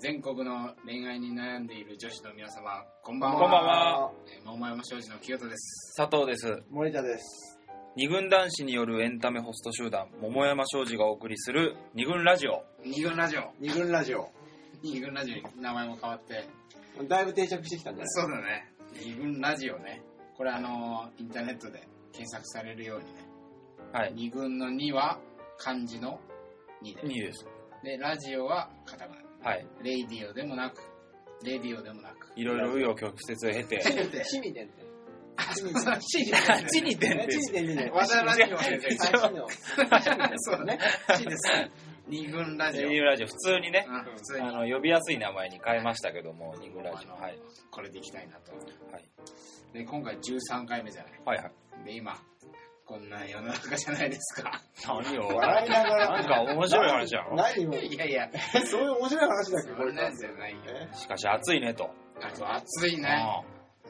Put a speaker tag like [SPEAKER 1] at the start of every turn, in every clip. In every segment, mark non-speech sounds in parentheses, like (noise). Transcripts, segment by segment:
[SPEAKER 1] 全国の恋愛に悩んでいる女子の皆様、こん
[SPEAKER 2] こ
[SPEAKER 1] ばんは。
[SPEAKER 2] んばんは。
[SPEAKER 1] えー桃山商事の清田です。
[SPEAKER 3] 佐藤です。
[SPEAKER 2] 森田です。
[SPEAKER 3] 二軍男子によるエンタメホスト集団、桃山商事がお送りする二軍ラジオ。
[SPEAKER 1] 二軍ラジオ。
[SPEAKER 2] 二軍ラジオ。
[SPEAKER 1] 二軍ラジオに名前も変わって。
[SPEAKER 2] だいぶ定着してきたんじゃ
[SPEAKER 1] そうだね。二軍ラジオね。これあのーインターネットで検索されるようにね。
[SPEAKER 3] はい。
[SPEAKER 1] 二軍の2は漢字の2で。
[SPEAKER 3] 2です。
[SPEAKER 1] で、ラジオはカタカナ。
[SPEAKER 3] はい。
[SPEAKER 1] レイディオでもなく、レディオでもなく。
[SPEAKER 3] いろいろ紆余曲折を経て。
[SPEAKER 1] せめ
[SPEAKER 2] な
[SPEAKER 1] て
[SPEAKER 2] い。、チミデンって。チミ
[SPEAKER 1] あチリ
[SPEAKER 3] あちに
[SPEAKER 2] デ
[SPEAKER 3] て
[SPEAKER 2] ン。
[SPEAKER 3] ん
[SPEAKER 2] チ
[SPEAKER 3] で
[SPEAKER 2] ミ
[SPEAKER 3] す。
[SPEAKER 2] デン (laughs) じゃない。
[SPEAKER 1] わざラジオは全然
[SPEAKER 2] 最初の。
[SPEAKER 1] そうだね。チです。二軍ラジオ
[SPEAKER 3] 二。軍ラジオ、普通にね、
[SPEAKER 1] あ普通
[SPEAKER 3] あ
[SPEAKER 1] に
[SPEAKER 3] の、呼びやすい名前に変えましたけども、二軍ラジオ。はい。
[SPEAKER 1] これでいきたいなと。
[SPEAKER 3] はい。
[SPEAKER 1] で、今回13回目じゃない。
[SPEAKER 3] はいはい。
[SPEAKER 1] で、今、こんな世の中じゃないですか。
[SPEAKER 3] 何を
[SPEAKER 2] 笑いながら。
[SPEAKER 3] なんか面白い話じゃん。
[SPEAKER 2] 何も。
[SPEAKER 1] いやいや、
[SPEAKER 2] そういう面白い話だっけ、
[SPEAKER 1] そ
[SPEAKER 2] これ
[SPEAKER 1] ん。なんじゃないよ。
[SPEAKER 2] え
[SPEAKER 3] しかし暑いねと。
[SPEAKER 1] あと暑いね。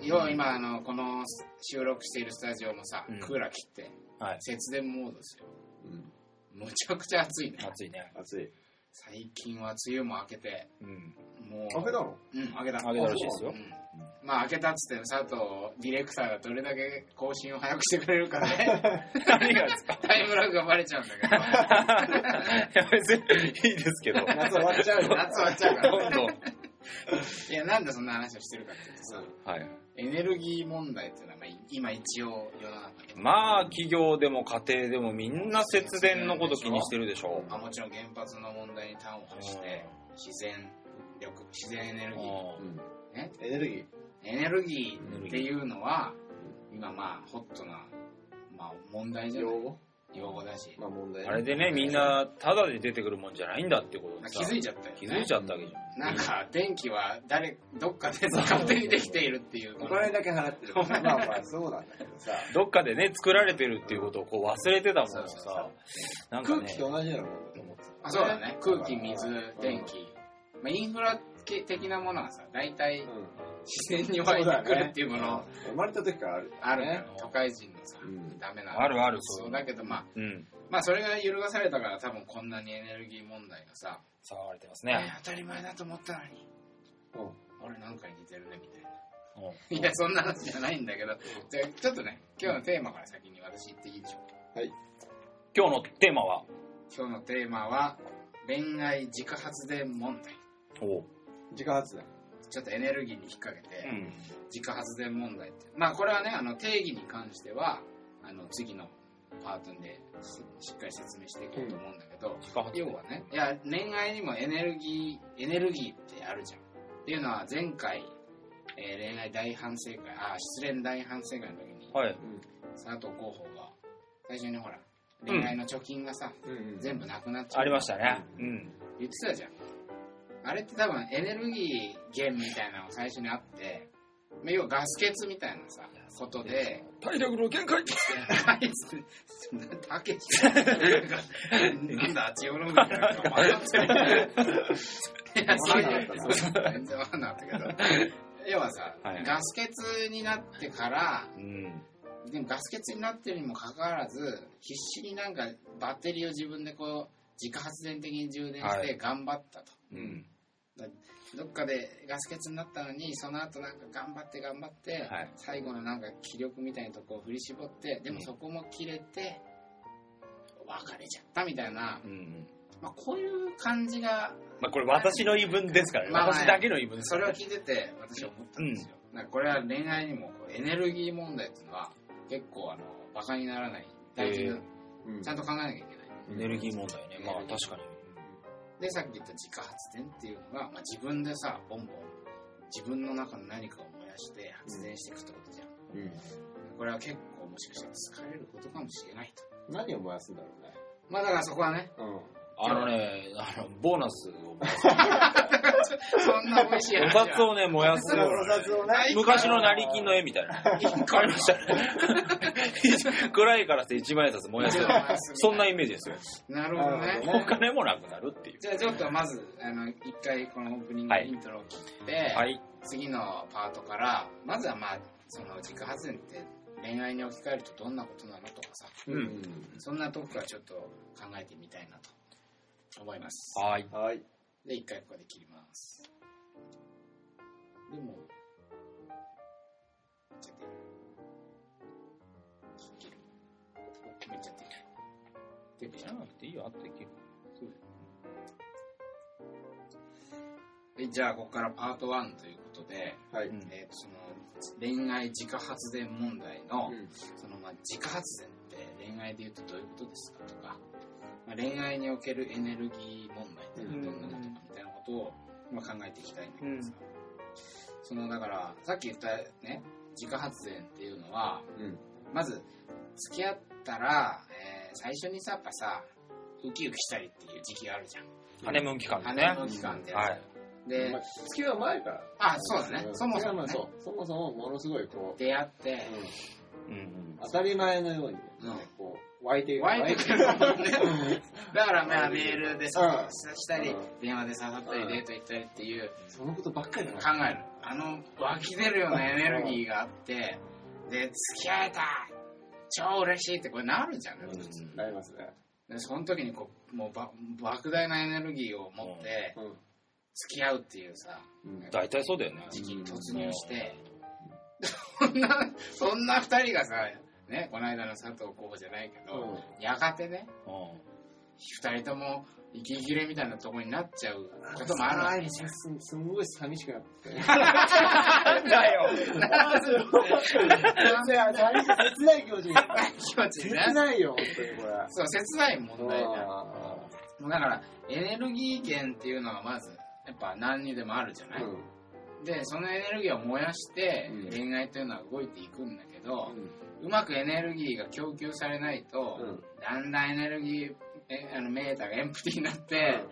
[SPEAKER 1] 要は今、あの、この収録しているスタジオもさ
[SPEAKER 3] うん、
[SPEAKER 1] クーラー切って、
[SPEAKER 3] うんはい。
[SPEAKER 1] 節電モードですよ。
[SPEAKER 2] うん。
[SPEAKER 1] むちゃくちゃ暑いね。
[SPEAKER 3] 暑いね。
[SPEAKER 2] 暑い。
[SPEAKER 1] 最近は梅雨も明けて、
[SPEAKER 3] うん。 (laughs)
[SPEAKER 1] も
[SPEAKER 2] カフェ
[SPEAKER 1] う、
[SPEAKER 2] だろ
[SPEAKER 1] うん、明けた。
[SPEAKER 3] あげたらしいです
[SPEAKER 1] う
[SPEAKER 3] よ。
[SPEAKER 1] んまあ開けたっつって佐藤ディレクターがどれだけ更新を早くしてくれるかね
[SPEAKER 3] (laughs) 何
[SPEAKER 1] (laughs)
[SPEAKER 3] がですか
[SPEAKER 1] タイムラグがバレちゃうんだけど
[SPEAKER 3] いや、別にいいですけど。ど
[SPEAKER 2] 夏終わっちゃうよ。
[SPEAKER 1] 夏終わっちゃうから
[SPEAKER 3] んどん。
[SPEAKER 1] いやなんでそんな話をしてるかっていうとさ
[SPEAKER 3] はい。
[SPEAKER 1] エネルギー問題っていうのはまあ今一応世の中に
[SPEAKER 3] まあ、企業でも家庭でもみんな節電のこと気にしてるでしょ。
[SPEAKER 1] まあもちろん原発の問題に端を発して自然力自然エネルギー
[SPEAKER 3] う
[SPEAKER 2] うんん
[SPEAKER 1] ね
[SPEAKER 2] エネルギー。
[SPEAKER 1] エネルギーっていうのは今まあホットなまあ問題じゃ
[SPEAKER 2] 用
[SPEAKER 1] ない
[SPEAKER 2] 語
[SPEAKER 1] 用語だし
[SPEAKER 2] まあ問題。
[SPEAKER 3] あれでね、みんな、ただで出てくるもんじゃないんだってこと
[SPEAKER 1] まあ
[SPEAKER 3] に
[SPEAKER 1] 気
[SPEAKER 3] さ
[SPEAKER 1] づいちゃったよね
[SPEAKER 3] 気づいちゃったわけじゃん。
[SPEAKER 1] なんか電気は誰どっかで勝手にできているっていう
[SPEAKER 2] お金だけ払ってる。まあまあ、そうなんだけどさ。
[SPEAKER 3] どっかでね、作られてるっていうことをこう忘れてたもん
[SPEAKER 1] そうそう
[SPEAKER 3] さ。なんか
[SPEAKER 2] 空
[SPEAKER 3] ね
[SPEAKER 2] 気、と同じなのかなと思って
[SPEAKER 1] あそうだね空気
[SPEAKER 2] うん
[SPEAKER 1] 水電気、まあ、インフラ的なものはさ大体
[SPEAKER 2] た。うん。
[SPEAKER 1] 自然に湧いてくるっていうもの
[SPEAKER 2] 生まれた時からある。
[SPEAKER 1] あるから、
[SPEAKER 2] ね
[SPEAKER 1] 都会人のさ、
[SPEAKER 2] うん
[SPEAKER 1] ダメな
[SPEAKER 3] あるある、
[SPEAKER 1] そ
[SPEAKER 3] そうう。
[SPEAKER 1] だけどまあ
[SPEAKER 3] うん。
[SPEAKER 1] まあそれが揺るがされたから多分こんなにエネルギー問題がさ、
[SPEAKER 3] 騒がれてます
[SPEAKER 1] ね
[SPEAKER 3] ね。
[SPEAKER 1] 当たり前だと思ったのに
[SPEAKER 2] うん。
[SPEAKER 1] 俺なんかに似てるねみたいな
[SPEAKER 3] うん
[SPEAKER 1] いやそんな話じゃないんだけどじゃあちょっとね今日のテーマから先に私言っていいでしょうか
[SPEAKER 3] 今日のテーマは、
[SPEAKER 1] 今日のテーマは恋愛自家発電問題
[SPEAKER 3] おう
[SPEAKER 2] 自家発電。
[SPEAKER 1] ちょっとエネルギーに引っ掛け
[SPEAKER 3] う
[SPEAKER 1] て、
[SPEAKER 3] ん。
[SPEAKER 1] 自家発電問題って。まあ、これはね、あの、定義に関しては、あの、次のパートでししっかり説明していこうと思うんだけど、
[SPEAKER 3] 自家発
[SPEAKER 1] 要はね、いや、恋愛にもエネルギー、エネルギーってあるじゃん。っていうのは、前回、えー恋愛大反省会、あー、失恋大反省会の時に、
[SPEAKER 3] はい。
[SPEAKER 1] 佐藤候補が、最初にほら、恋愛の貯金がさ、
[SPEAKER 2] うん。うん。
[SPEAKER 1] 全部なくなっちゃう。
[SPEAKER 3] ありましたね。うん。
[SPEAKER 1] 言ってたじゃんあれって多分エネルギー源みたいなのが最初にあってまあ要はガス欠みたいなさことで
[SPEAKER 3] 体力の限界
[SPEAKER 1] 「たけし」なんだ千代の海かなんか迷ってるいやそういう全然わかんなかったけど要はさ、
[SPEAKER 3] はい
[SPEAKER 1] ガス欠になってから
[SPEAKER 3] うん。
[SPEAKER 1] でもガス欠になってるにもかかわらず必死になんかバッテリーを自分でこう自家発電的に充電し
[SPEAKER 3] は
[SPEAKER 1] て頑張ったと。
[SPEAKER 3] うん。
[SPEAKER 1] どっかでガス欠になったのにその後なんか頑張って頑張って、
[SPEAKER 3] はい
[SPEAKER 1] 最後のなんか気力みたいなとこを振り絞ってでもそこも切れて、別れちゃったみたいな、
[SPEAKER 3] うん。
[SPEAKER 1] まあ、こういう感じが
[SPEAKER 3] まあこれ私の言い分ですからね。
[SPEAKER 1] まあまあ
[SPEAKER 3] 私だけの言い分です
[SPEAKER 1] そ
[SPEAKER 3] か
[SPEAKER 1] れを
[SPEAKER 3] らね。
[SPEAKER 1] 聞いてて私思ったんですよ、なんかこれは恋愛にもこうエネルギー問題っていうのは結構あのバカにならない大事な、
[SPEAKER 3] へ
[SPEAKER 2] うん
[SPEAKER 1] ちゃんと考えなきゃいけない
[SPEAKER 3] エネルギー問題ね。まあ
[SPEAKER 1] エネルギー
[SPEAKER 3] 確かに。
[SPEAKER 1] でさっき言った自家発電っていうのが、まあ、自分でさボンボン自分の中の何かを燃やして発電していくってことじゃん
[SPEAKER 2] うん。
[SPEAKER 1] これは結構もしかしたら疲れることかもしれないと。
[SPEAKER 2] 何を燃やすんだろうね。
[SPEAKER 1] まあだからそこはね、
[SPEAKER 3] あのね、あの、ボーナスを、
[SPEAKER 1] そんな美味しい
[SPEAKER 3] お
[SPEAKER 1] 話
[SPEAKER 3] 札
[SPEAKER 1] は。
[SPEAKER 3] をね、燃やすようなね。
[SPEAKER 2] を
[SPEAKER 1] ない
[SPEAKER 3] 昔の成金の絵みたいな。
[SPEAKER 1] 一個ありました。
[SPEAKER 3] 暗いからって一万円札燃やすような。そんなイメージですよ。
[SPEAKER 1] なるほどね。
[SPEAKER 3] お金もなくなるっていう。
[SPEAKER 1] じゃあちょっとまず、あの、一回このオープニング
[SPEAKER 3] はい
[SPEAKER 1] イントロを切って、
[SPEAKER 3] はい。
[SPEAKER 1] 次のパートから、まずはまあ、その自家発電って恋愛に置き換えるとどんなことなのとかさ、
[SPEAKER 3] うん
[SPEAKER 2] うん。
[SPEAKER 1] そんなとこからちょっと考えてみたいなと思います。
[SPEAKER 3] はい。
[SPEAKER 2] はい。
[SPEAKER 1] で、一回ここで切ります。でも、めっちゃ出る。切る。めっちゃ出る。出る
[SPEAKER 3] じゃなくていいよ、あって切る。
[SPEAKER 1] そうだよ。じゃあ、ここからパート1ということで、
[SPEAKER 2] はい。
[SPEAKER 3] うん
[SPEAKER 1] えーとその恋愛自家発電問題の、
[SPEAKER 2] うん
[SPEAKER 1] そのまあ自家発電って恋愛で言うとどういうことですかとか、まあ、恋愛におけるエネルギー問題っていうのはどんなのとかみたいなことを、まあ、考えていきたいんだけどさ、そのだからさっき言ったね自家発電っていうのは
[SPEAKER 2] うん。
[SPEAKER 1] まず付き合ったら、えー最初にさやっぱさウキウキしたりっていう時期があるじゃん
[SPEAKER 3] ハネムーン期間で
[SPEAKER 1] 羽
[SPEAKER 3] ね。
[SPEAKER 1] の期間で、
[SPEAKER 3] はい。
[SPEAKER 1] で、
[SPEAKER 2] まあ、付き合う前から。
[SPEAKER 1] あそうだねそもそも
[SPEAKER 2] 付
[SPEAKER 1] ね
[SPEAKER 2] き合う前そうそもそもものすごいこう、
[SPEAKER 1] 出会って、
[SPEAKER 2] うん
[SPEAKER 3] うん
[SPEAKER 2] 当たり前のようにね
[SPEAKER 1] うん、
[SPEAKER 2] こう、湧いて
[SPEAKER 1] 湧いてくるも
[SPEAKER 2] (laughs)
[SPEAKER 1] んね。だからまあメールでさ
[SPEAKER 2] うん
[SPEAKER 1] したり
[SPEAKER 2] う、
[SPEAKER 1] 電話で誘った
[SPEAKER 2] う
[SPEAKER 1] り、
[SPEAKER 2] ん
[SPEAKER 1] デート行ったりっていう
[SPEAKER 2] そのことばっかりだ
[SPEAKER 1] 考
[SPEAKER 2] な。
[SPEAKER 1] える。あの湧き出るようなエネルギーがあって、で、付き合えた超嬉しいってこれなるじゃん。
[SPEAKER 2] なりますね。
[SPEAKER 1] で、その時にこう、もうば莫大なエネルギーを持って
[SPEAKER 2] うん。
[SPEAKER 1] 付き合うっていうさ、
[SPEAKER 2] うん
[SPEAKER 3] 大体そうだよね。
[SPEAKER 1] 時期に突入して、そんな、 (laughs) そんな二人がさ、ね、この間の佐藤候補じゃないけど、やがてね、
[SPEAKER 3] う
[SPEAKER 1] 二人とも息切れみたいなとこになっちゃうこともあるわけじゃん。
[SPEAKER 2] すすんごい寂しくなってきた。
[SPEAKER 3] ん。だよ。
[SPEAKER 2] 全然、寂しい、切ない気持ちに。
[SPEAKER 1] (laughs) 気持ちいい
[SPEAKER 2] 切
[SPEAKER 1] ね。
[SPEAKER 2] ないよ、本当にこれ。
[SPEAKER 1] そう、切ない問題じゃん。
[SPEAKER 2] あ
[SPEAKER 1] もうだから、エネルギー源っていうのはまず、やっぱ何にでもあるじゃな
[SPEAKER 2] ー
[SPEAKER 1] い、
[SPEAKER 2] うん
[SPEAKER 1] で、そのエネルギーを燃やして
[SPEAKER 2] う、ん
[SPEAKER 1] 恋愛というのは動いていくんだけど、うまくエネルギーが供給されないと、
[SPEAKER 2] うん
[SPEAKER 1] だんだんエネルギー、えあのメーターがエンプティーになって、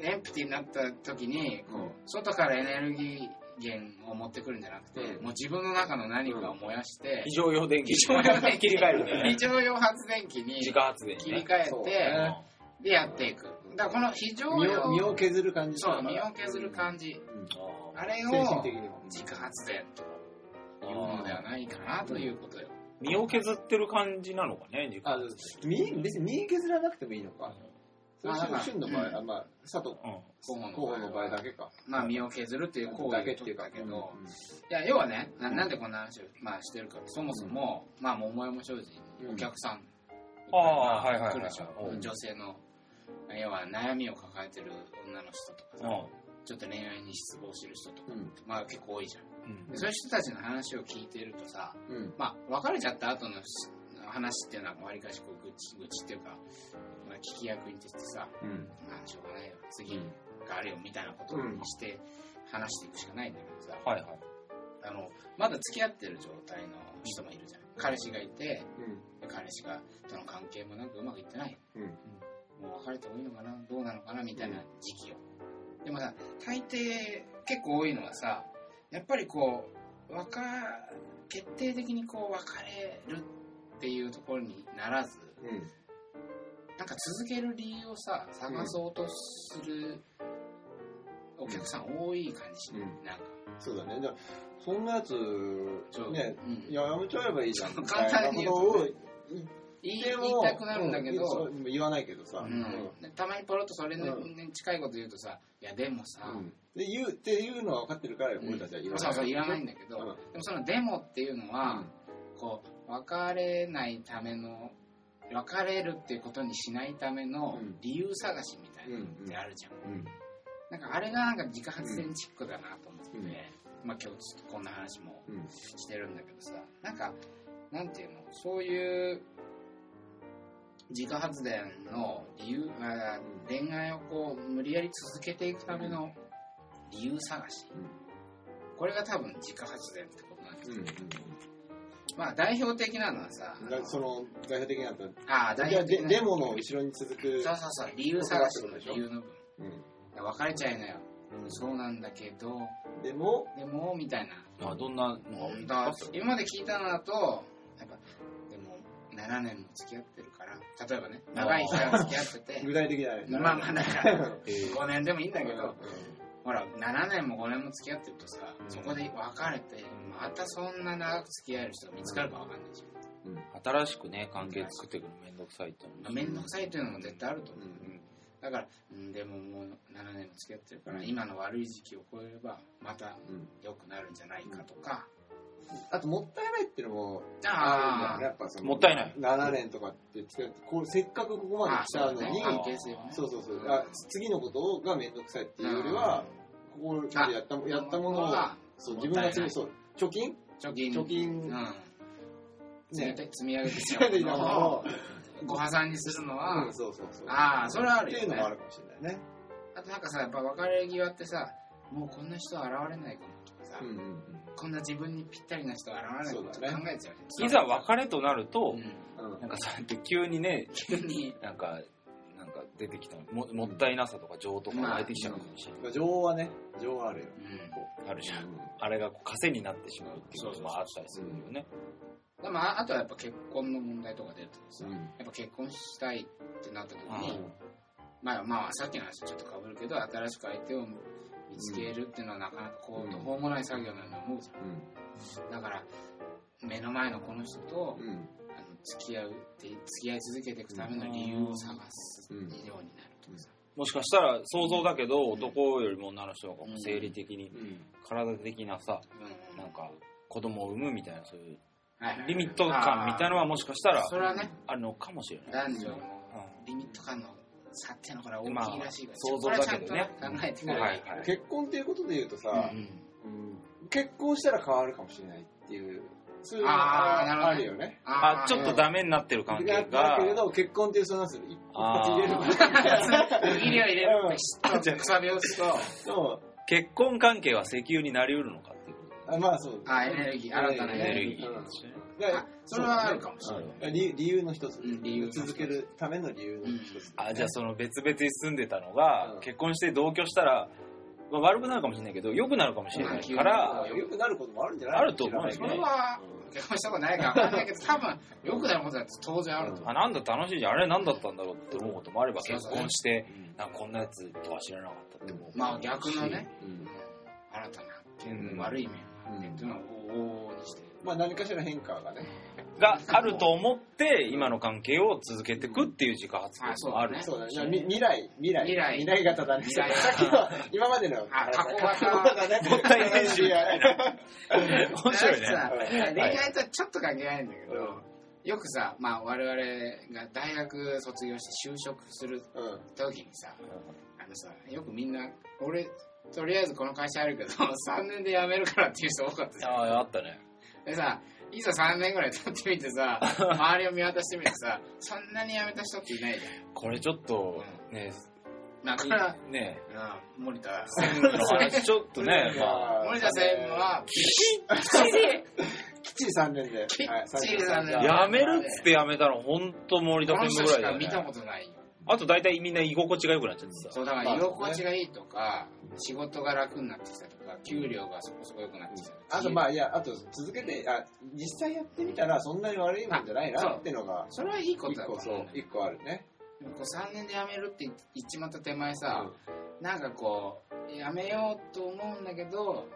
[SPEAKER 1] エンプティになった時にこう、
[SPEAKER 2] うん
[SPEAKER 1] 外からエネルギー源を持ってくるんじゃなくて、
[SPEAKER 2] うん
[SPEAKER 1] もう自分の中の何かを燃やして、
[SPEAKER 3] 非常用電気。
[SPEAKER 1] 非常用電気
[SPEAKER 3] 切り替えるね
[SPEAKER 1] 非。常用発電機に
[SPEAKER 3] (laughs) 自家発電ね。
[SPEAKER 1] 切り替え
[SPEAKER 2] そう
[SPEAKER 1] て、
[SPEAKER 2] ね
[SPEAKER 1] でやっていくだからこの非常
[SPEAKER 2] 身を身
[SPEAKER 1] 用
[SPEAKER 2] を削る感じ
[SPEAKER 1] そう身を削る感じ、
[SPEAKER 2] うん
[SPEAKER 1] あれ
[SPEAKER 2] 精神
[SPEAKER 1] を
[SPEAKER 2] 的にも
[SPEAKER 1] 自家発電というのではないかなということよ、
[SPEAKER 3] 身を削ってる感じなのかね、自
[SPEAKER 2] あ
[SPEAKER 3] 家。
[SPEAKER 2] 身別に身削らなくてもいいのかそれ
[SPEAKER 1] あなんか
[SPEAKER 2] は旬の場
[SPEAKER 1] うん
[SPEAKER 2] 合あまあ佐藤
[SPEAKER 3] うん。
[SPEAKER 2] 候補の場合だけか
[SPEAKER 1] まあ身を削るっていう行為
[SPEAKER 2] だけ
[SPEAKER 1] を
[SPEAKER 2] って
[SPEAKER 1] 取
[SPEAKER 2] いう
[SPEAKER 1] っ
[SPEAKER 2] か
[SPEAKER 1] たけど、
[SPEAKER 2] うん
[SPEAKER 1] いや、要はね、な
[SPEAKER 2] うん
[SPEAKER 1] なんでこんな話を、まあ、してるかってそもそも、まあ、桃山商事にお客さん、
[SPEAKER 3] ああはいはいはい
[SPEAKER 1] 来るでしょ、
[SPEAKER 3] うん
[SPEAKER 1] 女性の、要は悩みを抱えてる女の人とかさ、ちょっと恋愛に失望してる人とか、
[SPEAKER 2] うん
[SPEAKER 1] まあ、結構多いじゃん。
[SPEAKER 3] うん
[SPEAKER 1] でそういう人たちの話を聞いてるとさ、
[SPEAKER 2] うん
[SPEAKER 1] まあ、別れちゃった後のし話っていうのは、わりかしこう愚痴、愚痴っていうか、まあ、聞き役に徹してさ、
[SPEAKER 2] うん
[SPEAKER 1] まあ、しょうがないよ、次があるよ、みたいなことにして、話していくしかないんだけどさ、
[SPEAKER 3] はいはい。
[SPEAKER 1] あの、まだ付き合ってる状態の人もいるじゃん。彼氏がいて、彼氏がとの関係もなんかうまくいってない。
[SPEAKER 2] うん
[SPEAKER 1] もう別れてもいいのかなどうなのかなみたいな時期を。でもさ、大抵結構多いのはさ、やっぱりこう、わか、決定的にこう別れるっていうところにならず、
[SPEAKER 2] うん
[SPEAKER 1] なんか続ける理由をさ、探そうとするお客さん多い感じしない、
[SPEAKER 2] うん
[SPEAKER 1] なんか。
[SPEAKER 2] そうだねじゃあそんなやつ
[SPEAKER 1] そう
[SPEAKER 2] ね
[SPEAKER 1] うん
[SPEAKER 2] いややめちゃえばいいじゃん
[SPEAKER 1] そう
[SPEAKER 2] みたいなこと
[SPEAKER 1] 簡単
[SPEAKER 2] を
[SPEAKER 1] に
[SPEAKER 2] 言っ
[SPEAKER 1] 言い
[SPEAKER 2] ても
[SPEAKER 1] 言いたくなるんだけど、
[SPEAKER 2] うんそう言わないけどさうん
[SPEAKER 1] うん、たまにポロッとそれに
[SPEAKER 2] う
[SPEAKER 1] 近いこと言うとさ、いやでもさ、
[SPEAKER 2] うんで言うっていうのは分かってるから
[SPEAKER 1] うん
[SPEAKER 2] 俺たちは言わない
[SPEAKER 1] そうそう言わないんだけど、
[SPEAKER 2] うん
[SPEAKER 1] でもそのデモっていうのは、こう別れないための別れるっていうことにしないための
[SPEAKER 2] うん
[SPEAKER 1] 理由探しみたいなのってあるじゃん、なんかあれがなんか自家発電チックだなと思ってて、
[SPEAKER 2] うん
[SPEAKER 1] まあ今日ちょっとこんな話も
[SPEAKER 2] うん
[SPEAKER 1] してるんだけどさなんかなんていうのそういう自家発電の理由あー恋愛をこう無理やり続けていくための理由探し、
[SPEAKER 2] うん
[SPEAKER 1] これが多分自家発電ってことなんだけ
[SPEAKER 2] う
[SPEAKER 1] ど、
[SPEAKER 2] んうん
[SPEAKER 1] まあ代表的なのはさ
[SPEAKER 2] だその代表的になった
[SPEAKER 1] ああ代
[SPEAKER 2] いや
[SPEAKER 1] 表的
[SPEAKER 2] で
[SPEAKER 1] な
[SPEAKER 2] デモの後ろに続く
[SPEAKER 1] そうそうそう理由探しの理由の部分
[SPEAKER 2] うん
[SPEAKER 1] 別れちゃいなよ、そうなんだけど
[SPEAKER 2] でも
[SPEAKER 1] でもみたいな
[SPEAKER 3] あどんなのが多いん
[SPEAKER 1] だから
[SPEAKER 3] ですか
[SPEAKER 1] 今まで聞いたのだとやっぱでも7年も付き合ってるから例えばね長い期間付き合ってて (laughs)
[SPEAKER 2] 具体的だね
[SPEAKER 1] まあまあなんか (laughs)
[SPEAKER 3] えー
[SPEAKER 1] 5年でもいいんだけどほら7年も5年も付き合ってるとさそこで別れてまたそんな長く付き合える人が見つかるかわかんないじ
[SPEAKER 3] 新しくね、関係作ってくるのめんどくさいって思う
[SPEAKER 1] ゃん面倒くさいというのも絶対あると思う、
[SPEAKER 2] うん
[SPEAKER 1] だから、うん、でももう7年も付き合ってるから、今の悪い時期を超えれば、また
[SPEAKER 2] うん
[SPEAKER 1] 良くなるんじゃないかとか。
[SPEAKER 2] あと、もったいないっていうのもあるんだ
[SPEAKER 1] あ
[SPEAKER 2] よね。
[SPEAKER 1] ー
[SPEAKER 2] やっぱその、
[SPEAKER 3] もったいない
[SPEAKER 2] 7年とかって付き合って、こうせっかくここまで
[SPEAKER 1] あー、
[SPEAKER 2] 来
[SPEAKER 1] そ
[SPEAKER 2] た
[SPEAKER 1] う
[SPEAKER 2] の
[SPEAKER 1] だ
[SPEAKER 2] に
[SPEAKER 1] ね。、関係性をね。
[SPEAKER 2] そうそうそう。あ次のことがめんどくさいっていうよりは、ここまでやったもやったものを、そう自分が次、そう、貯金
[SPEAKER 1] 貯金、
[SPEAKER 2] 貯金、
[SPEAKER 1] うん、積み
[SPEAKER 2] ね、 (laughs)
[SPEAKER 1] た積み上げてし
[SPEAKER 2] 積
[SPEAKER 1] ま
[SPEAKER 2] み
[SPEAKER 1] う
[SPEAKER 2] 上げたもの
[SPEAKER 1] のを
[SPEAKER 2] を、
[SPEAKER 1] ご破産にするのは、
[SPEAKER 2] うん、そうそうそう。
[SPEAKER 1] ああそれはあるよね
[SPEAKER 2] っていうのもあるかもしれないね。
[SPEAKER 1] あとなんかさやっぱ別れ際ってさもうこんな人現れないかもとかさ、
[SPEAKER 2] うんうん
[SPEAKER 1] こんな自分にぴったりな人現れないかもと
[SPEAKER 2] そう
[SPEAKER 1] か
[SPEAKER 2] だ
[SPEAKER 1] 考
[SPEAKER 2] ね
[SPEAKER 1] えちゃうよね
[SPEAKER 3] いざ別れとなると、
[SPEAKER 1] うん
[SPEAKER 2] うん。
[SPEAKER 3] なんかそうやって急にね、
[SPEAKER 1] 急に
[SPEAKER 3] なんか、なんか出てきたも、もったいなさとか情とか湧いてきちゃうかもしれない。
[SPEAKER 2] まあ情はね、情はあるよ。
[SPEAKER 1] うん
[SPEAKER 3] あるじゃん。あれがこう枷になってしまうっていうこともあったりするよね。
[SPEAKER 1] でもああとはやっぱ結婚の問題とか出るとさ、
[SPEAKER 2] うん。
[SPEAKER 1] やっぱ結婚したいってなった時
[SPEAKER 3] う
[SPEAKER 1] に、
[SPEAKER 3] ん
[SPEAKER 1] まあまあさっきの話とちょっとかぶるけど新しく相手を見つけるっていうのはなかなかこ
[SPEAKER 2] う
[SPEAKER 1] うん途方もない作業なのに思うじゃんだから目の前のこの人と
[SPEAKER 2] うん。うん。
[SPEAKER 1] あの付き合うって付き合い続けていくための理由を探すよ
[SPEAKER 2] うん
[SPEAKER 1] うになるとかさ、
[SPEAKER 3] もしかしたら想像だけど、男よりも女の人がこう生理的に、
[SPEAKER 2] うん。
[SPEAKER 3] 体的なさ、
[SPEAKER 1] うん
[SPEAKER 3] なんか子供を産むみたいな、そういう
[SPEAKER 1] はいはい
[SPEAKER 3] リミット感みたいなのはもしかしたら
[SPEAKER 1] それはね
[SPEAKER 3] あるのかもしれない。
[SPEAKER 1] 男女のリミット感の差っていうのが大きいらしいから、
[SPEAKER 3] まあ想像だけどね
[SPEAKER 1] これはちゃんと考えてくれないい
[SPEAKER 3] はい
[SPEAKER 2] 結婚っていうことで言うとさ、
[SPEAKER 1] うんうん
[SPEAKER 2] うん結婚したら変わるかもしれないっていう、そういうの
[SPEAKER 1] あーなるほ
[SPEAKER 2] が
[SPEAKER 1] ど
[SPEAKER 2] あるよね。
[SPEAKER 3] あ、ちょっと
[SPEAKER 1] だ
[SPEAKER 3] ダメになってる関係
[SPEAKER 2] だ
[SPEAKER 3] が
[SPEAKER 2] け、れど、結婚っていうそのなんつうの一
[SPEAKER 3] あ
[SPEAKER 2] 発入れる
[SPEAKER 1] 入れを
[SPEAKER 3] ー
[SPEAKER 1] 入れるとくさびをすと
[SPEAKER 2] と、
[SPEAKER 3] 結婚関係は石油になりうるのかっていうこと
[SPEAKER 2] あまあそう。
[SPEAKER 1] あエネルギー新たなエ
[SPEAKER 3] エネ
[SPEAKER 1] ネルギー
[SPEAKER 3] ルギー
[SPEAKER 2] うん
[SPEAKER 3] ですね。
[SPEAKER 2] だから
[SPEAKER 1] あそれはあるかもしれない、
[SPEAKER 2] うん理理由の一つ、
[SPEAKER 1] うん理由の一つ
[SPEAKER 2] 続けるための理由の一つ、
[SPEAKER 3] あじゃあその別々に住んでたのが、
[SPEAKER 2] うん
[SPEAKER 3] 結婚して同居したら、まあ、悪くなるかもしれないけど良くなるかもしれないから、
[SPEAKER 1] う
[SPEAKER 2] 良くなることもあるんじゃない
[SPEAKER 3] あると思うよ
[SPEAKER 2] 知
[SPEAKER 1] そ
[SPEAKER 2] らない
[SPEAKER 1] れ
[SPEAKER 2] けど
[SPEAKER 1] は結婚したことないから分かんないけど多分良くなることだって当然あると思
[SPEAKER 3] あなんだ楽しいじゃんあれなんだったんだろうって思うこともあれば
[SPEAKER 1] そう
[SPEAKER 3] 結
[SPEAKER 1] そう
[SPEAKER 3] 婚して
[SPEAKER 2] うん
[SPEAKER 3] なんかこんなやつとは知らなかったって思う、
[SPEAKER 1] うまあ逆のね、
[SPEAKER 2] うん
[SPEAKER 1] 新たな発見の悪い面っていうのを往々にして
[SPEAKER 2] まあ何かしら変化がね。
[SPEAKER 3] があると思って今の関係を続けていくっていう自家発
[SPEAKER 1] あそ
[SPEAKER 3] 言
[SPEAKER 1] う
[SPEAKER 3] も
[SPEAKER 1] だ
[SPEAKER 3] あ
[SPEAKER 1] ね
[SPEAKER 3] る
[SPEAKER 2] そうだね。じゃあみ未来、未来。
[SPEAKER 1] 未来
[SPEAKER 2] 型だね。
[SPEAKER 1] 未来型
[SPEAKER 2] さっきのは今までの。
[SPEAKER 1] あ過去型
[SPEAKER 2] (laughs) ね。
[SPEAKER 3] もったいないし
[SPEAKER 2] や
[SPEAKER 1] (laughs)
[SPEAKER 3] (laughs) 面白
[SPEAKER 1] な
[SPEAKER 3] いね
[SPEAKER 1] んかさ
[SPEAKER 2] うん
[SPEAKER 1] 恋愛とはちょっと関係ないんだけど、よくさ、まあ、我々が大学卒業して就職する
[SPEAKER 2] うん。
[SPEAKER 1] 時にさあのさよくみんな俺とりあえずこの会社あるけど3 (laughs) 年で辞めるからっていう人多かったじゃん
[SPEAKER 3] あああったね
[SPEAKER 1] でさいざ3年ぐらい経ってみて
[SPEAKER 3] (laughs)
[SPEAKER 1] さ周りを見渡してみてさそんなに辞めた人っていないじゃん
[SPEAKER 3] これちょっとね
[SPEAKER 1] まあこれは、
[SPEAKER 3] ね
[SPEAKER 1] (laughs) うん、森田
[SPEAKER 3] 専務の話ちょっとねまあ
[SPEAKER 1] 森田専務
[SPEAKER 3] (laughs)
[SPEAKER 1] は
[SPEAKER 2] きっちり3年
[SPEAKER 1] きっ
[SPEAKER 2] で。
[SPEAKER 1] ちり
[SPEAKER 2] はい
[SPEAKER 1] 三年
[SPEAKER 3] やめるっつってやめたの本当森
[SPEAKER 1] こ
[SPEAKER 3] 田
[SPEAKER 1] の
[SPEAKER 3] 専
[SPEAKER 1] 人
[SPEAKER 3] 務
[SPEAKER 1] し
[SPEAKER 3] ぐら
[SPEAKER 1] か
[SPEAKER 3] い
[SPEAKER 1] 見
[SPEAKER 3] だ
[SPEAKER 1] た
[SPEAKER 3] よ、ね、
[SPEAKER 1] ことないよ
[SPEAKER 3] あと大体みんな居心地が良くなっちゃってさ
[SPEAKER 1] そうだから居心地がいいとか、仕事が楽になってきたとか給料がそこそこ良くなってきたとか
[SPEAKER 2] あとまあいや、あと続けて、あ、実際やってみたらそんなに悪いもんじゃないなってのが、
[SPEAKER 1] それはいいこと
[SPEAKER 2] 一
[SPEAKER 1] だと
[SPEAKER 2] 個
[SPEAKER 1] 思
[SPEAKER 2] そうう、一個あるね。
[SPEAKER 1] でもこう3年で辞めるって言っちまった手前さ、なんかこう辞めようと思うんだけど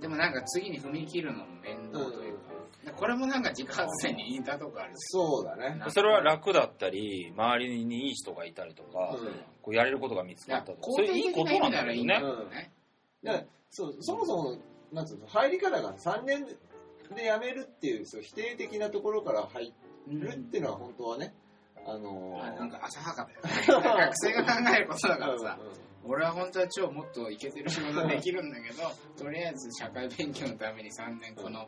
[SPEAKER 1] でもなんか次に踏み切るのも面倒というか、でこれもなんか自家発電に似たとこあるし
[SPEAKER 2] そうだね。
[SPEAKER 3] それは楽だったり周りにいい人がいたりとか、
[SPEAKER 2] うん
[SPEAKER 3] こうやれることが見つ
[SPEAKER 1] い
[SPEAKER 3] かっ
[SPEAKER 1] や
[SPEAKER 3] たとか
[SPEAKER 1] 肯
[SPEAKER 3] そ
[SPEAKER 1] 定
[SPEAKER 3] れいい
[SPEAKER 1] 的
[SPEAKER 3] こと
[SPEAKER 1] な意
[SPEAKER 3] な
[SPEAKER 1] 味
[SPEAKER 3] んだ
[SPEAKER 1] ならい
[SPEAKER 3] け
[SPEAKER 1] い
[SPEAKER 3] ど
[SPEAKER 1] んだ
[SPEAKER 3] ね
[SPEAKER 1] けどね、
[SPEAKER 2] だからそうそもそもなんつうの入り方が3年でやめるっていうそう否定的なところから入るっていうのは本当はね、あの
[SPEAKER 1] あ
[SPEAKER 2] ー、
[SPEAKER 1] なんか浅はかだよね学生が考えることだからさ
[SPEAKER 2] うんうん
[SPEAKER 1] 俺は本当は超もっといけてる仕事できるんだけど (laughs) とりあえず社会勉強のために3年この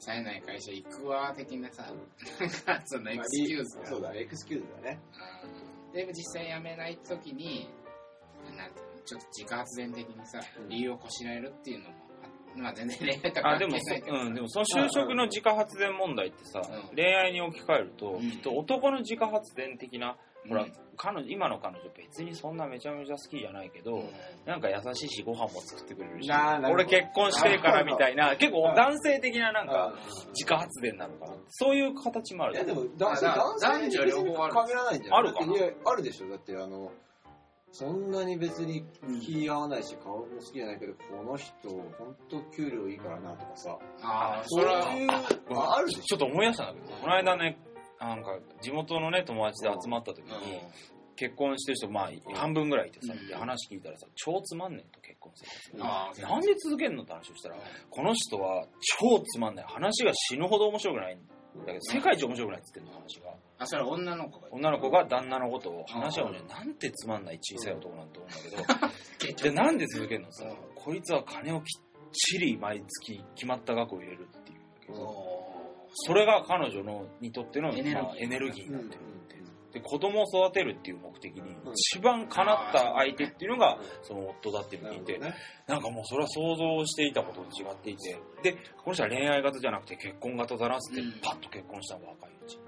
[SPEAKER 1] 冴えない会社行くわ的なさなんかそのエクスキューズ
[SPEAKER 2] ま
[SPEAKER 1] が
[SPEAKER 2] ありそうだねエクスキューズだね
[SPEAKER 1] うんでも実際辞めない時になんていうのちょっと自家発電的にさ
[SPEAKER 2] うん
[SPEAKER 1] 理由をこしらえるっていうのもあまあ全然恋愛とは
[SPEAKER 3] あ
[SPEAKER 1] 関係
[SPEAKER 3] でも
[SPEAKER 1] ないけど
[SPEAKER 3] そ、うん、でもその就職の自家発電問題ってさ、
[SPEAKER 1] うん
[SPEAKER 3] 恋愛に置き換えると、
[SPEAKER 1] うん
[SPEAKER 3] きっと男の自家発電的な、
[SPEAKER 1] う
[SPEAKER 3] ほら
[SPEAKER 1] ん
[SPEAKER 3] 彼女今の彼女別にそんなめちゃめちゃ好きじゃないけど、
[SPEAKER 1] うん
[SPEAKER 3] なんか優しいしご飯も作ってくれるし
[SPEAKER 2] なあなるほ
[SPEAKER 3] 俺
[SPEAKER 2] ど
[SPEAKER 3] 結婚してるからみたいな結構
[SPEAKER 2] うん
[SPEAKER 3] 男性的ななんか
[SPEAKER 2] うん
[SPEAKER 3] 自家発電なのかなそういう形もあ
[SPEAKER 2] い
[SPEAKER 3] る
[SPEAKER 2] やでも
[SPEAKER 1] あ
[SPEAKER 2] 男性
[SPEAKER 1] だから
[SPEAKER 2] 男性に
[SPEAKER 1] 男女両方ある
[SPEAKER 2] 限らないんじゃない
[SPEAKER 3] あるかな
[SPEAKER 2] だっていやあるでしょだってあのそんなに別に気合わないし顔も好きじゃないけどこの人本当給料いいからなとかさ
[SPEAKER 1] ああ
[SPEAKER 2] そ
[SPEAKER 1] そうれは
[SPEAKER 2] いうああるでしょ
[SPEAKER 3] ちょっと思い出したんだけど、この間ね、なんか地元のね、友達で集まった時に、結婚してる人、まあ、半分ぐらいいてさ、
[SPEAKER 1] うん
[SPEAKER 3] で話聞いたらさ、超つまんねえと結婚生活。
[SPEAKER 1] ああ
[SPEAKER 3] なんで続けんのって話をしたら、この人は超つまんない。話が死ぬほど面白くないんだけど、世界一面白くないっつってんの、話が。
[SPEAKER 1] あそれは女の子が
[SPEAKER 3] 女の子が旦那のことを話はね、なんてつまんない小さい男なんて思うんだけど、で、なんで続けんのさ、こいつは金をきっちり毎月決まった額を入れるっていう。
[SPEAKER 1] お
[SPEAKER 3] それが彼女のにとっての、
[SPEAKER 1] エネルギー
[SPEAKER 3] まあエネルギーに
[SPEAKER 2] う
[SPEAKER 3] なんってる。で子供を育てるっていう目的に
[SPEAKER 2] うん
[SPEAKER 3] 一番かなった相手っていうのが
[SPEAKER 2] うん
[SPEAKER 3] その夫だっていうのを
[SPEAKER 2] なる
[SPEAKER 3] 聞い
[SPEAKER 2] ほ
[SPEAKER 3] て
[SPEAKER 2] どね
[SPEAKER 3] なんかもうそれは想像していたことと違っていてでこの人は恋愛型じゃなくて結婚型だなっつって
[SPEAKER 1] うん
[SPEAKER 3] パッと結婚したの若いうち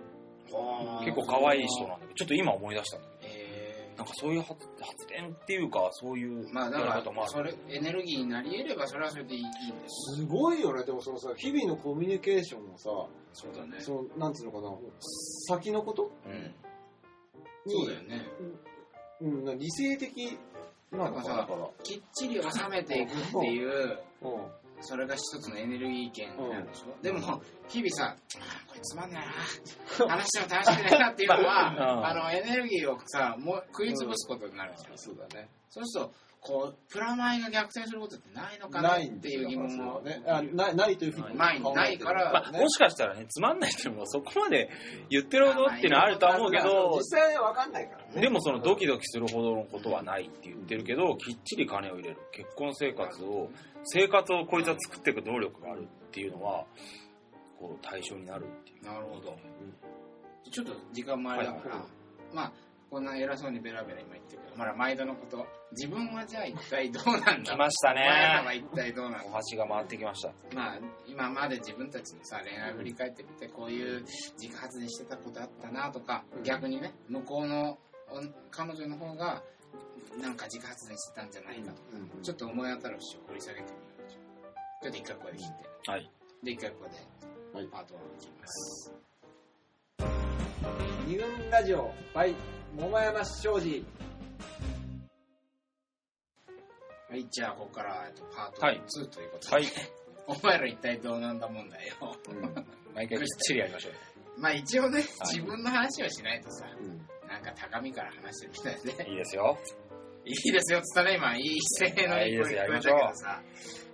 [SPEAKER 1] ー
[SPEAKER 3] 結構可愛い人なんだけどちょっと今思い出したんだけ
[SPEAKER 1] え
[SPEAKER 3] どなんかそういう発発電っていうかそういう
[SPEAKER 1] ーまあだか
[SPEAKER 3] やり方もあ
[SPEAKER 1] ら
[SPEAKER 3] る
[SPEAKER 1] それエネルギーになり得ればそれはそれでいいいいんです
[SPEAKER 2] すごいよね、でもそのさ、日々のコミュニケーションもさ、
[SPEAKER 1] そうだね
[SPEAKER 2] その、なんつうのかな、先のこと
[SPEAKER 3] うん
[SPEAKER 1] そ
[SPEAKER 2] に
[SPEAKER 1] うだよね
[SPEAKER 2] うん、な理性的なのかな、
[SPEAKER 1] な
[SPEAKER 2] だ
[SPEAKER 1] ん
[SPEAKER 2] から。
[SPEAKER 1] きっちり収めていくっていう
[SPEAKER 2] うん。
[SPEAKER 1] それが一つのエネルギー源なんでしょ、でも日々さあーこれつまんないな話しても楽しくないなっていうのは、
[SPEAKER 3] うん
[SPEAKER 1] あのエネルギーをさもう食い潰すことになるじゃん、
[SPEAKER 2] そうだね。
[SPEAKER 1] そうするとこうプラマイが逆転することってないのかなっ
[SPEAKER 2] ないん
[SPEAKER 1] て
[SPEAKER 2] だ
[SPEAKER 1] いう疑問
[SPEAKER 2] よ
[SPEAKER 1] も
[SPEAKER 2] ね。あない、ないというふうに考えてる。
[SPEAKER 1] ないないから
[SPEAKER 3] まあ、もしかしたらねつまんないっていうのもそこまで言ってるほどっていうのはあるとは思うけど
[SPEAKER 2] 実際はわかんないからね。
[SPEAKER 3] でもそのドキドキするほどのことはないって言ってるけど、きっちり金を入れる。結婚生活を、生活をこいつは作っていく能力があるっていうのは、こう対象になるっていう。
[SPEAKER 1] なるほどちょっと時間もあれだから、
[SPEAKER 2] はい
[SPEAKER 1] まあこんな偉そうにベラベラ今言ってるけどまだ毎度のこと自分はじゃあ一体どうなんだ
[SPEAKER 3] 来ました
[SPEAKER 1] お前らは
[SPEAKER 3] ね。
[SPEAKER 1] 一体どうなんだ
[SPEAKER 3] お箸が回ってきました。
[SPEAKER 1] まあ、今まで自分たちのさ恋愛を振り返ってみてこういう自家発電してたことあったなとか、
[SPEAKER 2] うん
[SPEAKER 1] 逆にね向こうのお彼女の方がなんか自家発電してたんじゃないかとか、
[SPEAKER 2] うん
[SPEAKER 1] ちょっと思い当たる節を掘り下げてみようちょっと一回ここで切って
[SPEAKER 3] はい。
[SPEAKER 1] で一回ここで、
[SPEAKER 2] はい
[SPEAKER 1] パート1いきます、
[SPEAKER 2] 二軍ラジオ、by 桃山庄司。
[SPEAKER 1] はい、じゃあここから、えっと、パート2、
[SPEAKER 3] はい
[SPEAKER 1] ということで、
[SPEAKER 3] はい。
[SPEAKER 1] お前ら一体どうなんだ問題を (laughs)
[SPEAKER 3] 毎回きっちりやりましょう。
[SPEAKER 1] まあ一応ね、
[SPEAKER 3] い
[SPEAKER 1] 自分の話をしないとさなんか高みから話してるみたいで (laughs)
[SPEAKER 3] いいですよ。
[SPEAKER 1] いいですよっつったら今、いい姿勢のいい声聞こえたけどさ。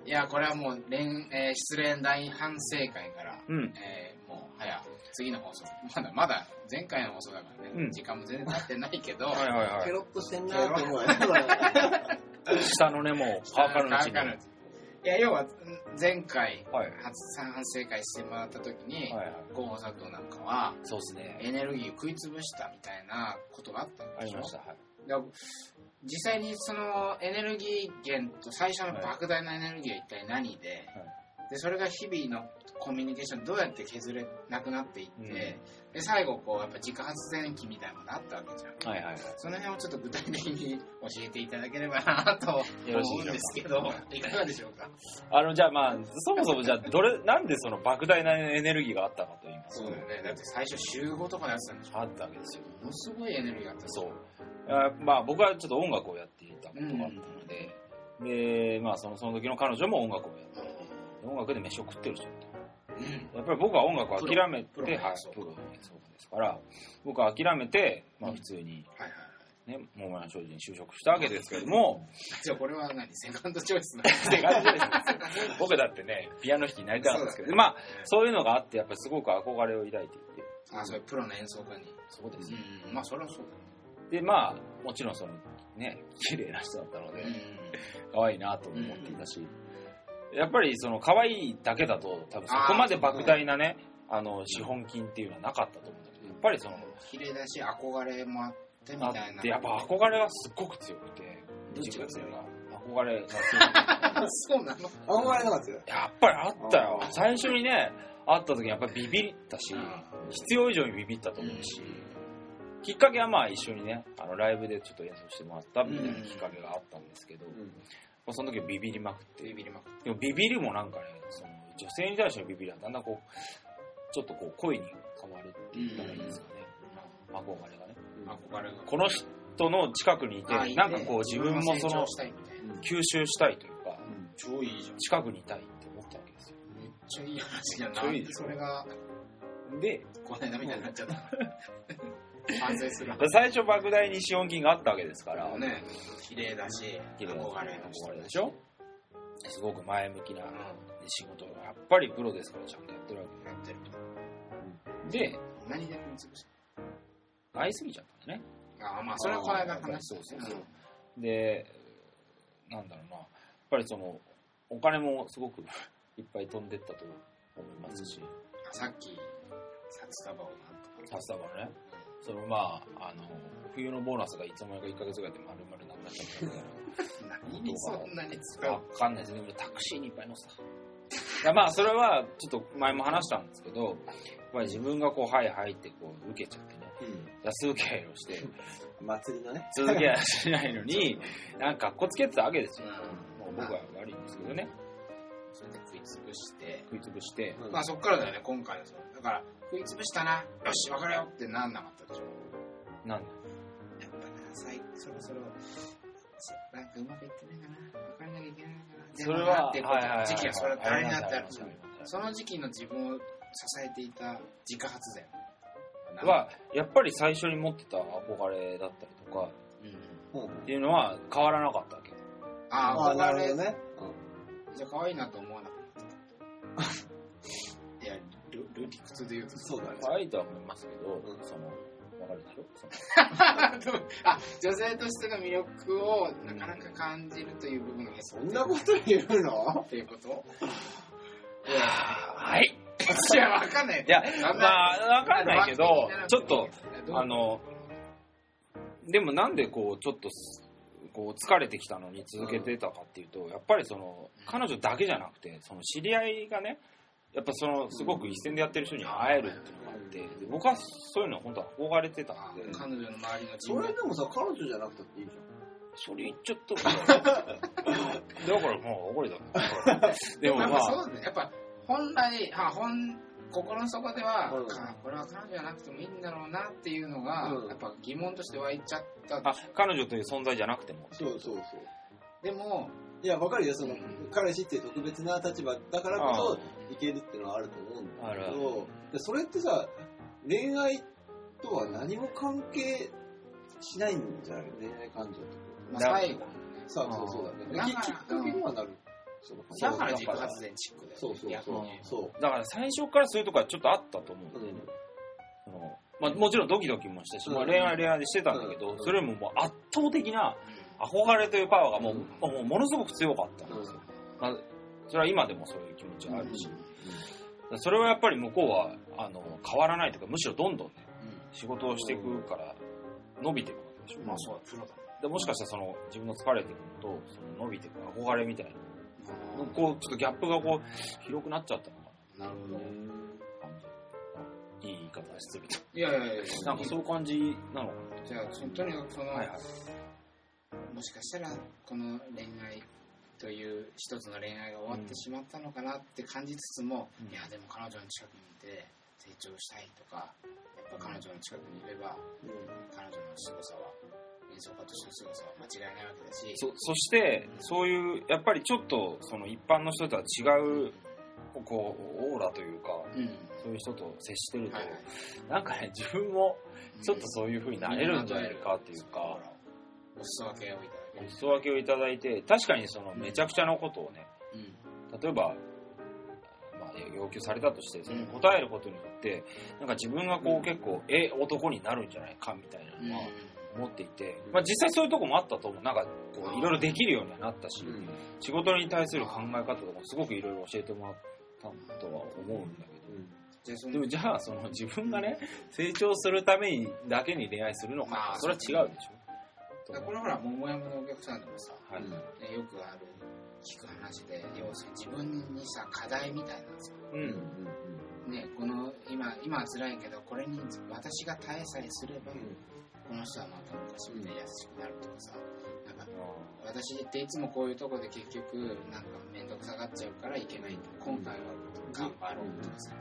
[SPEAKER 1] いや、これはもう恋、えー失恋大反省会から、
[SPEAKER 3] うん。
[SPEAKER 1] えーもう、早、次の放送。まだ、まだ、前回の放送だからね、
[SPEAKER 3] うん
[SPEAKER 1] 時間も全然経ってないけど、
[SPEAKER 3] はいはいは
[SPEAKER 2] ケ
[SPEAKER 3] い。
[SPEAKER 2] ロッとしてんなって思うよね。だから
[SPEAKER 3] 下のね、もう、パーカルのうちに。
[SPEAKER 1] パーカ
[SPEAKER 3] はい
[SPEAKER 1] ル。いや、要は、前回、。
[SPEAKER 3] はい
[SPEAKER 1] 初反省会してもらった時に、
[SPEAKER 3] はい。
[SPEAKER 1] 候補佐藤なんかは、
[SPEAKER 3] そうですね。
[SPEAKER 1] エネルギーを食い潰したみたいなことがあったん
[SPEAKER 3] あ
[SPEAKER 1] で
[SPEAKER 3] り
[SPEAKER 1] しょ
[SPEAKER 3] ました。はい。
[SPEAKER 1] だから実際にそのエネルギー源と最初の莫大なエネルギーは一体何で,、でそれが日々のコミュニケーションどうやって削れなくなっていって、
[SPEAKER 3] うん
[SPEAKER 1] で最後こうやっぱ自家発電機みたいなのがあったわけじゃん
[SPEAKER 3] はいはいはい。
[SPEAKER 1] その辺をちょっと具体的に教えていただければなと
[SPEAKER 3] よろし
[SPEAKER 1] 思
[SPEAKER 3] いでしょうか
[SPEAKER 1] うんですけどいかがでしょうか
[SPEAKER 3] あの、じゃあまあ、そもそもじゃあ、どれ、 (laughs) なんでその莫大なエネルギーがあったかと言います
[SPEAKER 1] そうだよねだって最初週5とかでやってたんでしょ
[SPEAKER 3] あったわけですよ。
[SPEAKER 1] ものすごいエネルギーがあった
[SPEAKER 3] そう。あまあ僕はちょっと音楽をやっていたことがあったので、で、まあそのその時の彼女も音楽をやって、音楽で飯を食ってる人だった
[SPEAKER 1] うん
[SPEAKER 3] やっぱり僕は音楽を諦めて、
[SPEAKER 1] プロプロの
[SPEAKER 3] は
[SPEAKER 1] 演
[SPEAKER 3] い
[SPEAKER 1] 奏、
[SPEAKER 3] プロの演奏家ですから、僕は諦めて、まあ
[SPEAKER 1] うん
[SPEAKER 3] 普通に
[SPEAKER 1] はいはいはい
[SPEAKER 3] ね、桃山商事に就職したわけですけれども、
[SPEAKER 1] じゃあこれは何セカンドチョイスなんです
[SPEAKER 3] って感じです (laughs) 僕だってね、ピアノ弾きになりたかったんですけど、
[SPEAKER 1] そうだね
[SPEAKER 3] まあそういうのがあって、やっぱりすごく憧れを抱いていて、
[SPEAKER 1] (laughs) あそういうプロの演奏家に
[SPEAKER 3] そうですね。
[SPEAKER 1] うんまあそれはそう
[SPEAKER 3] で、まあもちろんそのね、綺麗な人だったの
[SPEAKER 1] だ
[SPEAKER 3] で、
[SPEAKER 1] ね、
[SPEAKER 3] 可愛いなと思っていたし、やっぱりその可愛いだけだと多分そこまで莫大なねあの資本金っていうのはなかったと思うんだけどやっぱりその
[SPEAKER 1] 綺麗だし憧れもあってみ
[SPEAKER 3] あ
[SPEAKER 1] たいな
[SPEAKER 3] ってや
[SPEAKER 1] (laughs)
[SPEAKER 3] っぱ憧れがすっごく強くて
[SPEAKER 1] どっちが強い
[SPEAKER 3] 憧れが強くて
[SPEAKER 1] そうなの
[SPEAKER 2] 憧れなかったよ。
[SPEAKER 3] やっぱりあったよ
[SPEAKER 2] あー
[SPEAKER 3] 最初にね会った時にやっぱりビビったし
[SPEAKER 1] うん
[SPEAKER 3] 必要以上にビビったと思うし、きっかけはまあ一緒にねあのライブでちょっと演奏してもらったみたいなきっかけがあったんですけど、まあ、その時はビビりまくって
[SPEAKER 1] ビビりまくって
[SPEAKER 3] でもビビりもなんかね、その女性に対してのビビりはだんだんこう、ちょっとこう恋に変わるって言ったらいいですかね。憧れがね。
[SPEAKER 1] 憧れが
[SPEAKER 3] この人の近くにいて、
[SPEAKER 1] あいいね
[SPEAKER 3] なんかこう自分もそ
[SPEAKER 1] 成
[SPEAKER 3] の
[SPEAKER 1] 長したいみたいな
[SPEAKER 3] 吸収したいというか、
[SPEAKER 1] 超いいじゃん
[SPEAKER 3] 近くにいたいって思ったわけですよ。
[SPEAKER 1] めっちゃいい話じゃん
[SPEAKER 3] 超
[SPEAKER 1] ない
[SPEAKER 3] い
[SPEAKER 1] んで
[SPEAKER 3] でしょ
[SPEAKER 1] それが
[SPEAKER 3] で、
[SPEAKER 1] この間みたいになっちゃった (laughs) 反省する
[SPEAKER 3] で最初莫大に資本金があったわけですから、
[SPEAKER 1] もね綺麗だし
[SPEAKER 3] 綺麗な
[SPEAKER 1] 憧れの人
[SPEAKER 3] 憧れでしょすごく前向きな
[SPEAKER 1] うん
[SPEAKER 3] 仕事をやっぱりプロですからちゃんとやってるわ
[SPEAKER 1] やってると
[SPEAKER 3] けで
[SPEAKER 1] 何で踏み潰し
[SPEAKER 3] 会いすぎちゃったんだね
[SPEAKER 1] たあまあそれはこの間話した
[SPEAKER 3] そうそうそうでなんだろうなやっぱりそのお金もすごく (laughs) いっぱい飛んでったと思いますし
[SPEAKER 1] さっき札束をなんとか
[SPEAKER 3] 札束のねそのまああの冬のボーナスがいつもよりか1ヶ月ぐらいで丸々なくなっちゃったみたいな
[SPEAKER 1] 何にそんなに使
[SPEAKER 3] わ
[SPEAKER 1] う
[SPEAKER 3] かんないですね。でもタクシーにいっぱい乗ってた。いやまあ、それは、ちょっと前も話したんですけど、やっぱり自分がこう、はいはいってこう、受けちゃってね、安請け合いをして、
[SPEAKER 2] 祭りのね。
[SPEAKER 3] 続けやしないのに、なんか、かっこつけてたわけですよ。
[SPEAKER 1] うん
[SPEAKER 3] もう僕は悪いんですけどね、
[SPEAKER 1] それで食い潰して
[SPEAKER 3] 食いつぶして、
[SPEAKER 2] うん
[SPEAKER 1] まあそっからだよね今回のそのだから食い潰したなよし別れようってなんなかったでしょ
[SPEAKER 3] なんだ
[SPEAKER 1] やっぱな最そろそろそなんかうまくいってないかな別れなきゃいけないかな
[SPEAKER 3] それは、
[SPEAKER 1] でもなっ
[SPEAKER 3] はい
[SPEAKER 1] て
[SPEAKER 3] はいはい
[SPEAKER 1] 時期はそれは大変だった
[SPEAKER 3] あり
[SPEAKER 1] よ
[SPEAKER 3] ましたありました
[SPEAKER 1] その時期の自分を支えていた自家発電
[SPEAKER 3] は、やっぱり最初に持ってた憧れだったりとか、
[SPEAKER 1] うん、
[SPEAKER 3] っていうのは変わらなかったわけ。
[SPEAKER 1] ああ憧れ、
[SPEAKER 2] ね。
[SPEAKER 1] じゃあ可愛いなと思わなくなったいやルル理屈で言うと
[SPEAKER 2] そうだね
[SPEAKER 3] 可愛いとは思いますけど、
[SPEAKER 2] ん
[SPEAKER 3] その、わかるでしょその
[SPEAKER 1] (laughs) あ女性としての魅力をなかなか感じるという部分が
[SPEAKER 2] そんなこと言うの
[SPEAKER 1] っていうこと (laughs)
[SPEAKER 3] はい。
[SPEAKER 1] いやわかんない
[SPEAKER 3] いや、
[SPEAKER 1] わかん
[SPEAKER 3] ま
[SPEAKER 1] ない
[SPEAKER 3] あ、わかんないけど、ちょっと、あ
[SPEAKER 1] の
[SPEAKER 3] の、でもなんでこう、ちょっと、こう、疲れてきたのに続けてたかっていうと、やっぱりその、彼女だけじゃなくて、その知り合いがね、やっぱその、すごく一線でやってる人に会えるっていうのがあって、で僕はそういうの本当憧れてたんで、
[SPEAKER 1] 彼女の周りの人
[SPEAKER 2] そ
[SPEAKER 1] 脈
[SPEAKER 2] れでもさ、彼女じゃなくたっていいじ
[SPEAKER 3] それ言っちゃったから、だからもう怒りだ。でも
[SPEAKER 1] やっ
[SPEAKER 3] ま
[SPEAKER 1] ぱ
[SPEAKER 3] あ、
[SPEAKER 1] そうだねやっぱ本来あ本心の底では、
[SPEAKER 2] うん
[SPEAKER 1] かこれは彼女じゃなくてもいいんだろうなっていうのが、
[SPEAKER 2] うん
[SPEAKER 1] やっぱ疑問として湧いちゃった
[SPEAKER 3] あ彼女という存在じゃなくても。
[SPEAKER 2] ゃん。そうそうそう。
[SPEAKER 1] でも
[SPEAKER 2] いや、わかるよ。その
[SPEAKER 1] うん、
[SPEAKER 2] 彼氏っていう特別な立場だからこそ、いけるっていうのはあると思うんだ
[SPEAKER 3] ある
[SPEAKER 2] けど、でそれってさ、恋愛とは何も関係しないんじゃない恋愛感情とか。
[SPEAKER 1] まあ
[SPEAKER 3] だ
[SPEAKER 1] 最後
[SPEAKER 2] さあ、そうそうだ
[SPEAKER 1] だ
[SPEAKER 2] ね。
[SPEAKER 1] か
[SPEAKER 2] き
[SPEAKER 1] ら
[SPEAKER 2] きっかけにはなる。その
[SPEAKER 1] だから
[SPEAKER 3] そう
[SPEAKER 1] 自家発電チックだよね
[SPEAKER 2] そうそう
[SPEAKER 1] 逆
[SPEAKER 2] そ
[SPEAKER 1] に
[SPEAKER 2] う
[SPEAKER 1] ね。
[SPEAKER 2] そ
[SPEAKER 3] だから最初からそういうとこはちょっとあったと思うん
[SPEAKER 2] う。
[SPEAKER 3] だ
[SPEAKER 2] う
[SPEAKER 3] よね。
[SPEAKER 2] ん
[SPEAKER 3] そのまあ、もちろんドキドキもしたし、ま
[SPEAKER 2] う
[SPEAKER 3] あ、
[SPEAKER 2] ん
[SPEAKER 3] 恋愛は恋愛でしてたんだけど、
[SPEAKER 2] うん
[SPEAKER 3] それよりももう圧倒的な
[SPEAKER 1] うん
[SPEAKER 3] 憧れというパワーがもう,、
[SPEAKER 2] うん
[SPEAKER 3] もうものすごく強かったん
[SPEAKER 2] う
[SPEAKER 3] で
[SPEAKER 2] ん
[SPEAKER 3] すよ、まあ、それは今でもそういう気持ちがあるし、
[SPEAKER 2] う
[SPEAKER 3] それはやっぱり向こうはあの変わらないというかむしろどんどんね仕事をしていくから伸びていくわけでしょ、
[SPEAKER 1] うん
[SPEAKER 3] ま
[SPEAKER 1] ま
[SPEAKER 3] あ
[SPEAKER 1] あ
[SPEAKER 3] そ
[SPEAKER 1] そううだプロだ
[SPEAKER 3] でもしかしたらその自分の疲れていくのとその伸びていく憧れみたいな
[SPEAKER 1] もん
[SPEAKER 3] こうちょっとギャップがこう広くなっちゃったのか
[SPEAKER 1] なるほど
[SPEAKER 3] なって感じいい言い方してる
[SPEAKER 1] いやいやいや
[SPEAKER 3] となんかそういう感じなのか
[SPEAKER 1] じゃあそのとにかくその、
[SPEAKER 3] な、はいはい
[SPEAKER 1] もしかしたらこの恋愛という一つの恋愛が終わってしまったのかなって感じつつも、
[SPEAKER 3] うん
[SPEAKER 1] いやでも彼女の近くにいて成長したいとかやっぱ彼女の近くにいれば彼女の凄さは演奏家としての凄さは間違いないわけだし
[SPEAKER 3] そそしてそういうやっぱりちょっとその一般の人とは違うこうオーラというか
[SPEAKER 1] うん、
[SPEAKER 3] そういう人と接してると、
[SPEAKER 1] はいはい
[SPEAKER 3] なんかね自分もちょっとそういう風になれるんじゃないかっていうか、
[SPEAKER 1] お裾分けをいただけ
[SPEAKER 3] お
[SPEAKER 1] る
[SPEAKER 3] 裾分けをいただいて確かにそのめちゃくちゃなことをね
[SPEAKER 1] うん
[SPEAKER 3] 例えば、まあ、要求されたとしてそれに応えることによってなんか自分がこう結構え男になるんじゃないかみたいなのは思っていて、まあ、実際そういうとこもあったと思うなんかこういろいろできるようにはなったし、
[SPEAKER 2] ん
[SPEAKER 3] 仕事に対する考え方とかもすごくいろいろ教えてもらったとは思うんだけ
[SPEAKER 2] うん
[SPEAKER 1] じゃあそ
[SPEAKER 3] どで
[SPEAKER 1] の
[SPEAKER 3] もじゃあその自分がね成長するためにだけに恋愛するのか
[SPEAKER 1] まあ
[SPEAKER 3] それは違うでしょ
[SPEAKER 1] これほら桃山のお客さんでもさ、
[SPEAKER 3] はい
[SPEAKER 1] ねよくある聞く話で要するに自分にさ課題みたいなさ
[SPEAKER 3] う
[SPEAKER 2] うん
[SPEAKER 3] ん
[SPEAKER 1] ね、この今今は辛いけどこれに私が耐えさえすれば、この人はまた昔みたいに優しくなるとかさなんか私っていつもこういうとこで結局なんか面倒くさがっちゃうからいけない今回は頑張ろうとかさ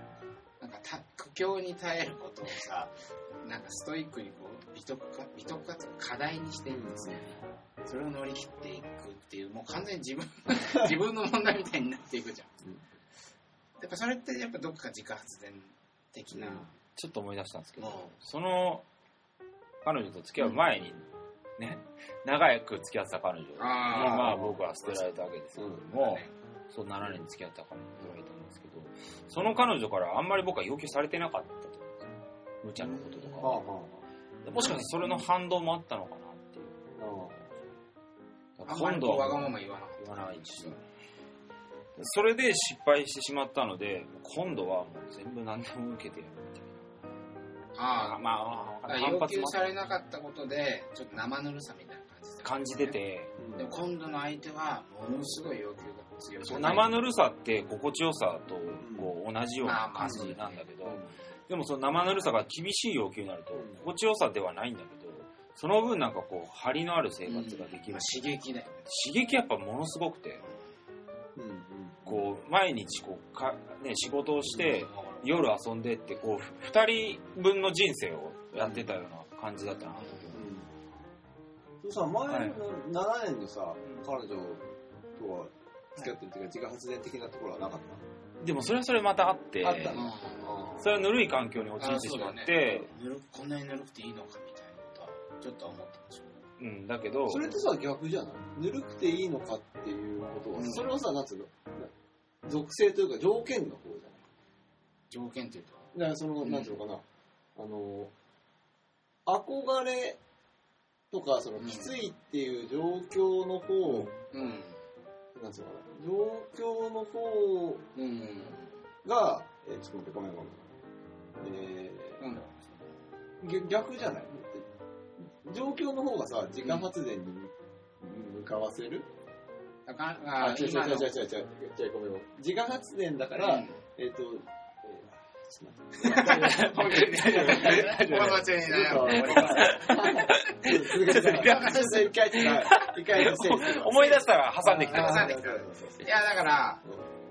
[SPEAKER 1] なんかた苦境に耐えることをさなんかストイックにこう美徳化美徳化っていうか課題にしてるんですねそれを乗り切っていくっていうもう完全に自
[SPEAKER 2] (laughs)
[SPEAKER 1] 分自分の問題みたいになっていくじゃん、
[SPEAKER 2] うん
[SPEAKER 1] やっぱそれってやっぱどっか自家発電的な、
[SPEAKER 2] うん
[SPEAKER 3] ちょっと思い出したんですけど
[SPEAKER 1] も
[SPEAKER 3] その彼女と付き合う前に、ね、長く付き合ってた彼女に、
[SPEAKER 1] あー
[SPEAKER 3] まあ僕は捨てられたわけですけども、そう7年付き合った彼女がいたんですけど、その彼女からあんまり僕は要求されてなかったと思うんですよ。むちゃのこととか
[SPEAKER 2] ああ
[SPEAKER 3] は。もしかしてそれの反動もあったのかなっていう。
[SPEAKER 1] あんま
[SPEAKER 3] 今
[SPEAKER 1] り
[SPEAKER 3] 度
[SPEAKER 1] こうわが
[SPEAKER 3] は
[SPEAKER 1] まま言わな
[SPEAKER 3] 言わないし。それで失敗してしまったので、今度はもう全部何でも受けてやるみたいな。
[SPEAKER 1] あ
[SPEAKER 3] あまあ、
[SPEAKER 1] あ
[SPEAKER 3] まあ、
[SPEAKER 1] 要
[SPEAKER 3] 反発
[SPEAKER 1] 求
[SPEAKER 3] も
[SPEAKER 1] されなかったことでちょっと生ぬるさみたいな感じで
[SPEAKER 3] 感じてて、
[SPEAKER 1] でも今度の相手はものすごい要求が強くて
[SPEAKER 3] 生ぬるさって心地よさとこう同じような感じなんだけど、でもその生ぬるさが厳しい要求になると
[SPEAKER 2] うん、
[SPEAKER 3] 心地よさではないんだけど、その分なんかこう、張りのある生活ができ
[SPEAKER 1] ま
[SPEAKER 3] る
[SPEAKER 1] あ
[SPEAKER 3] し、
[SPEAKER 1] 刺激だよね
[SPEAKER 3] 刺激やっぱものすごくて、こう、毎日こう、かね、仕事をして、夜遊んでって、こう、二人分の人生をやってたような感じだったな。
[SPEAKER 2] そうさ、前
[SPEAKER 3] い
[SPEAKER 2] の7年のさ
[SPEAKER 3] ん、
[SPEAKER 2] 彼女とは付き合ってる時は自家発電的なところはなかっ
[SPEAKER 3] でもそれはそれまたあって、
[SPEAKER 2] あった
[SPEAKER 1] う
[SPEAKER 2] の
[SPEAKER 1] ん
[SPEAKER 3] それはぬるい環境に陥ってしまって、
[SPEAKER 1] ぬるこんなにぬるくていいのかみたいなことはちょっと思ったでしょ
[SPEAKER 3] うん、だけど
[SPEAKER 2] た。、それ
[SPEAKER 3] (laughs)
[SPEAKER 2] ってさ、逆じゃないぬるくていいのかっていうことは、
[SPEAKER 1] うん
[SPEAKER 2] それはさ、なんつうの属性というか条件の方じゃない
[SPEAKER 1] 条件っていうと
[SPEAKER 2] だからその、
[SPEAKER 1] うん
[SPEAKER 2] なんていうのかな、あの、憧れとか、その、
[SPEAKER 1] うん
[SPEAKER 2] きついっていう状況の方、
[SPEAKER 1] うん
[SPEAKER 2] なんていうのかな、状況の方
[SPEAKER 1] うん
[SPEAKER 2] が、えーちょっと待って、ごめんごめん。え
[SPEAKER 1] うん
[SPEAKER 2] ーぎ逆じゃない状況の方がさ、自家発電に向かわせる、
[SPEAKER 1] だから
[SPEAKER 2] あ、
[SPEAKER 1] あ
[SPEAKER 2] 違う違う
[SPEAKER 1] 今
[SPEAKER 2] 違
[SPEAKER 1] の
[SPEAKER 2] う違う違う違う違う、ごめんごめん。自家発電だから、
[SPEAKER 3] (laughs)
[SPEAKER 2] えっ、と、えーちょっと待って。
[SPEAKER 1] 本気で放送中に悩む俺が
[SPEAKER 3] 思い出したら挟んでき
[SPEAKER 1] あ
[SPEAKER 3] た。
[SPEAKER 1] 挟んできたいやだから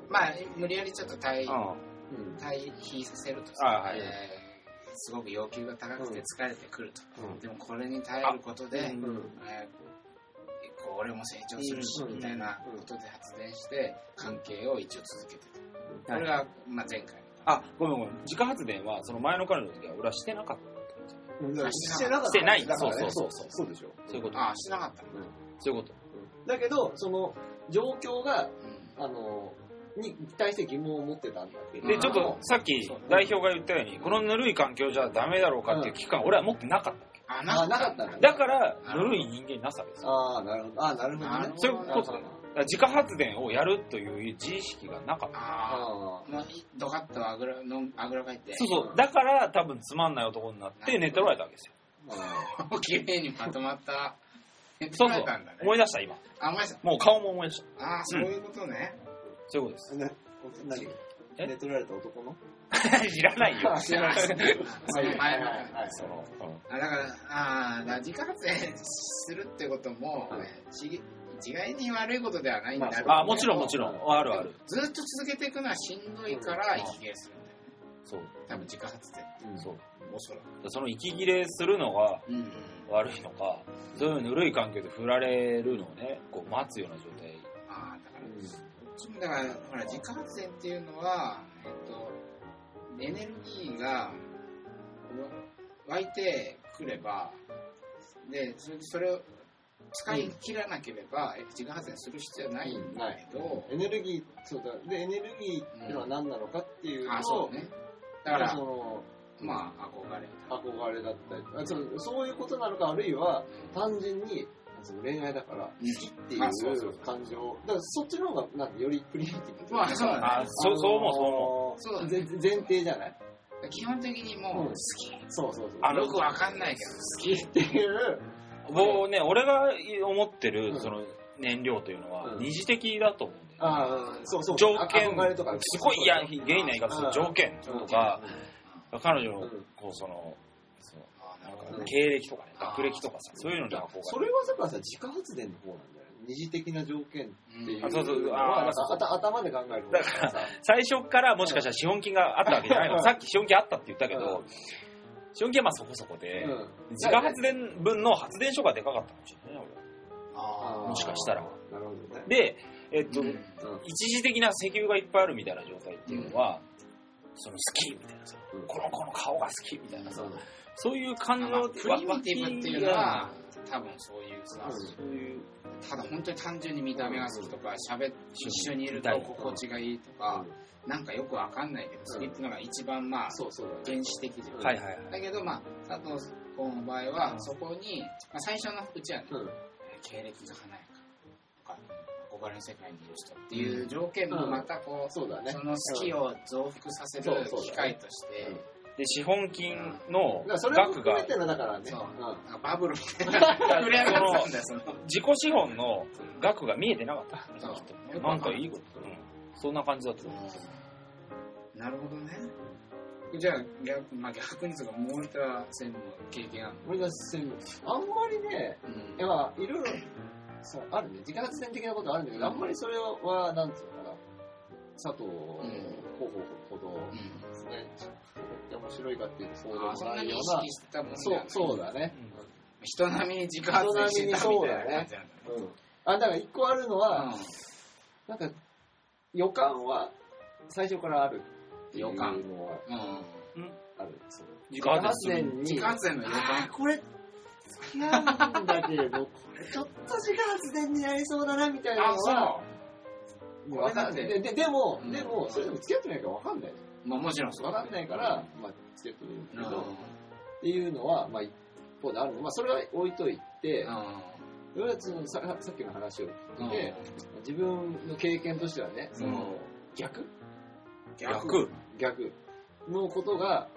[SPEAKER 1] まあ無理やりちょっと対
[SPEAKER 3] うん
[SPEAKER 1] 対比させると
[SPEAKER 3] あはい
[SPEAKER 1] えーすごく要求が高くて疲れてくると
[SPEAKER 2] うん
[SPEAKER 1] でもこれに耐えることでえーこう俺も成長するし
[SPEAKER 2] うん
[SPEAKER 1] みたいなことで発電して関係を一応続けてたこ
[SPEAKER 3] はい
[SPEAKER 1] れがまあ前回
[SPEAKER 3] あ、ごめんごめん。自家発電は、その前の彼女の時は俺はしてなかった。してない。そうそうそうそう。そういうこと。
[SPEAKER 1] ああしなかったの
[SPEAKER 3] そういうこと。
[SPEAKER 2] だけどその状況が
[SPEAKER 1] うん
[SPEAKER 2] あのに対して疑問を持ってたんだけど
[SPEAKER 3] で、ちょっとさっき代表が言ったように、このぬるい環境じゃダメだろうかっていう期間、俺は持ってなかっ
[SPEAKER 1] あ
[SPEAKER 2] あなかったん
[SPEAKER 3] た。
[SPEAKER 2] だ
[SPEAKER 3] だから、ぬるい人間になさですよ。
[SPEAKER 2] ああなるほどあなるほどね
[SPEAKER 3] そういうことだよだから自家発電をやるという自意識がなかった。
[SPEAKER 1] あ
[SPEAKER 2] あ
[SPEAKER 1] あもうドカッとあぐらのあぐらかいて
[SPEAKER 3] そうそう。だから、多分つまんない男になって寝取られたわけですよ。
[SPEAKER 2] あ
[SPEAKER 1] 綺麗にまとまった。
[SPEAKER 3] そうそう
[SPEAKER 1] 取れたんだね。
[SPEAKER 3] 思い出した、今。
[SPEAKER 1] あ、思い出した。
[SPEAKER 3] もう顔も思い出した。
[SPEAKER 1] あー、そういうことね。
[SPEAKER 3] そういうことです。
[SPEAKER 2] 何寝取られた男の
[SPEAKER 3] (laughs) 知らないよ。
[SPEAKER 1] 知ら (laughs) ない。その前の。
[SPEAKER 3] その、うん
[SPEAKER 1] あだから、あーだから自家発電するってことも、
[SPEAKER 2] はい
[SPEAKER 1] ちぎ一概に悪いことではないんだろうけど
[SPEAKER 3] あ、もちろんもちろん。あるある。
[SPEAKER 1] ずっと続けていくのはしんどいから息切れするんだよね。
[SPEAKER 3] そう。
[SPEAKER 1] 多分自家発電。
[SPEAKER 3] そう。
[SPEAKER 1] おそらく。
[SPEAKER 3] その息切れするのが
[SPEAKER 1] うんうん。
[SPEAKER 3] 悪いのか、そういうぬるい環境で振られるのをね、こう待つような状態。
[SPEAKER 1] あーだから、だから、ほら、自家発電っていうのは、えっと、エネルギーが湧いてくれば、で、それそれを使い切らなければ、自家発電する必要ないんだけど、
[SPEAKER 2] エネルギーそうだでエネルギーっていうのは何なのかっていう
[SPEAKER 1] あ、
[SPEAKER 2] と、
[SPEAKER 1] そうね。だから
[SPEAKER 2] そ、の
[SPEAKER 1] まあ、憧れた。
[SPEAKER 2] 憧れだったりあそうそういうことなのかあるいは単純にその恋愛だから
[SPEAKER 1] うん
[SPEAKER 2] 好きってい
[SPEAKER 1] あそうそう
[SPEAKER 2] う感情だからそっちの方がなんかよりクリエイティブ
[SPEAKER 1] まあそうだね
[SPEAKER 3] あ、そう、そう思う、そう思う。
[SPEAKER 1] そうだね
[SPEAKER 2] ぜ前提じゃない
[SPEAKER 1] 基本的にもう、
[SPEAKER 2] うん
[SPEAKER 1] 好
[SPEAKER 2] そうそうそう
[SPEAKER 3] あ
[SPEAKER 1] き。
[SPEAKER 3] の
[SPEAKER 1] よくわかんないけど、好き。
[SPEAKER 2] っていう
[SPEAKER 3] もうね、俺が思って
[SPEAKER 2] う
[SPEAKER 3] る
[SPEAKER 2] ん
[SPEAKER 3] その燃料というのは
[SPEAKER 2] うん
[SPEAKER 3] 二次的だと思うんだよね。
[SPEAKER 2] ああそうそう
[SPEAKER 3] 条件
[SPEAKER 2] 憧れとか
[SPEAKER 3] すごい、いや、ゲイな言い方する条件とか、彼女の、こう、その、その
[SPEAKER 1] あーな
[SPEAKER 3] なんん
[SPEAKER 1] か
[SPEAKER 3] か
[SPEAKER 2] うん
[SPEAKER 3] 経歴とかね、学歴とかさ、そういうのに憧
[SPEAKER 2] そ
[SPEAKER 3] れ
[SPEAKER 2] れはだからさ自家発電の方なんだよね二次的な条件っていううん
[SPEAKER 3] あそうそう
[SPEAKER 2] のは
[SPEAKER 3] あーそうそう
[SPEAKER 2] あた頭で考える方だからさ
[SPEAKER 3] 最初からもしかしたら資本金があったわけじゃないか
[SPEAKER 2] う
[SPEAKER 3] ら、
[SPEAKER 2] ん
[SPEAKER 3] さっき資本金あったって言ったけ
[SPEAKER 2] う
[SPEAKER 3] ど
[SPEAKER 2] ん、
[SPEAKER 3] 資本金はまあそこそこで、
[SPEAKER 2] うん
[SPEAKER 3] 自家発電分の発電所がでかかったかもしれないね
[SPEAKER 1] あー
[SPEAKER 3] もしかしたら
[SPEAKER 2] なるほどね
[SPEAKER 3] 俺で、えっと、
[SPEAKER 1] うん
[SPEAKER 3] 一時的な石油がいっぱいあるみたいな状態っていうのは、その好きみたいなさ、この子の顔が好きみたいなさ、
[SPEAKER 2] うん
[SPEAKER 3] そういう感情
[SPEAKER 1] まあプリミティブっていうのは、多分そういうさ、
[SPEAKER 2] う
[SPEAKER 3] そういう、
[SPEAKER 1] ただ本当に単純に見た目が好きとか、喋っ一緒にいると心地がいいとか、なんかよくわかんないけど、好きっていうのが一番まあ、
[SPEAKER 2] そうそうだ
[SPEAKER 1] 原
[SPEAKER 2] ね。
[SPEAKER 1] 始的じゃん。
[SPEAKER 3] はいはいはい。
[SPEAKER 1] だけど、まあ、佐藤君の場合は、そこに、まあ、最初のうちはね、
[SPEAKER 2] うん
[SPEAKER 1] 経歴が華やかとか、憧れの世界にいる人っていう条件もまたこう、
[SPEAKER 2] そうだね。
[SPEAKER 1] その好きを増幅させる機会として、
[SPEAKER 2] うん
[SPEAKER 3] で、資本金の
[SPEAKER 2] だからそれを
[SPEAKER 3] 額
[SPEAKER 2] 含
[SPEAKER 3] が
[SPEAKER 2] め、てのだからね。
[SPEAKER 1] そう
[SPEAKER 2] うん
[SPEAKER 1] なんかバブルみたい (laughs) な、膨れ上がってたんだよ、その。
[SPEAKER 3] 自己資本の額が見えてなかった。
[SPEAKER 1] そう
[SPEAKER 3] きっとなんかいいこと。うんそんな感じだったと思います。
[SPEAKER 1] なるほどね。じゃあ逆,、まあ、逆にとかモニター専務の経験ある
[SPEAKER 2] 俺が専務あんまりね、
[SPEAKER 1] の、
[SPEAKER 2] いやまあいろいろ、そう、あるね。自家発電的なことあるんだけど、あんまりそれは、なんつうのかな、佐藤候補ほどですね、って面白いかっていうとそうで
[SPEAKER 1] あ
[SPEAKER 2] も
[SPEAKER 1] あそん
[SPEAKER 2] な
[SPEAKER 1] ないに意
[SPEAKER 2] よ
[SPEAKER 1] 識してたもん
[SPEAKER 2] う
[SPEAKER 1] じ
[SPEAKER 2] な。
[SPEAKER 1] ゃ
[SPEAKER 2] そう
[SPEAKER 1] ない、
[SPEAKER 2] そうだね。
[SPEAKER 1] 人並みに自家発電してたみたいな感じなんだね。
[SPEAKER 2] うん。あ、だから一個あるのは、なんか、予感は最初からあるっていうのは
[SPEAKER 1] うん。うん。
[SPEAKER 2] ある。そう
[SPEAKER 3] 自家発電する
[SPEAKER 2] 自家発電
[SPEAKER 1] 自家発電の
[SPEAKER 2] に
[SPEAKER 1] 予
[SPEAKER 2] あ
[SPEAKER 1] 感。
[SPEAKER 2] ーこれ、好きなんだけど、これ (laughs) ちょっと自家発電になりそうだな、みたいな
[SPEAKER 1] あ
[SPEAKER 2] の、は、
[SPEAKER 1] そ
[SPEAKER 2] もう分かんない。で、ででも
[SPEAKER 1] う、ん
[SPEAKER 2] でも、それでも付き合ってないから分かんない。
[SPEAKER 1] う。まあもちろんそう
[SPEAKER 2] 分
[SPEAKER 1] だ
[SPEAKER 2] か
[SPEAKER 1] ね
[SPEAKER 2] んないから、まあ、付き合ってみるけ
[SPEAKER 1] うん。
[SPEAKER 2] ど、っていうのは、まあ、一方であるの。まあ、それは置いといて、俺はそのささっきの話を
[SPEAKER 1] う
[SPEAKER 2] 聞い
[SPEAKER 1] ん。
[SPEAKER 2] て、自分の経験としてはね、その、
[SPEAKER 1] うん
[SPEAKER 2] 逆
[SPEAKER 1] 逆。うん。
[SPEAKER 2] 逆のことが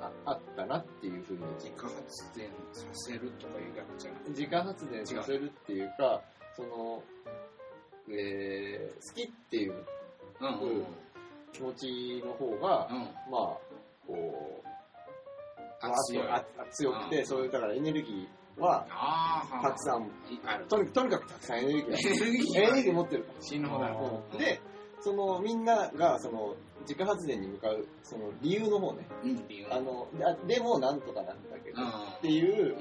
[SPEAKER 2] ああったなっていうふうに
[SPEAKER 1] 自家発電させるとかいう逆じゃなくて。
[SPEAKER 2] 自家発電させるっていうか、その、えー、好きっていう
[SPEAKER 1] うんうんうん。
[SPEAKER 2] 気持ちの方が、
[SPEAKER 1] うん。
[SPEAKER 2] まあ、こう、
[SPEAKER 1] あ
[SPEAKER 2] わーっと
[SPEAKER 1] 強い。
[SPEAKER 2] ああ強くて、
[SPEAKER 1] うん
[SPEAKER 2] そういう、だからエネルギーは、
[SPEAKER 1] ああ。
[SPEAKER 2] たくさん、
[SPEAKER 1] ん。ある。
[SPEAKER 2] とにとにかくたくさんエネルギーが
[SPEAKER 1] エネルギー
[SPEAKER 2] エ
[SPEAKER 1] は
[SPEAKER 2] ネルギー持ってるか
[SPEAKER 1] 死ぬほどある。
[SPEAKER 2] ら。
[SPEAKER 1] うん
[SPEAKER 2] で、その、みんなが、その、自家発電に向かう、その、理由の方ね。
[SPEAKER 1] うん。っていう。
[SPEAKER 2] あの、あでも、なんとかなんだけど、っ
[SPEAKER 1] って
[SPEAKER 2] いう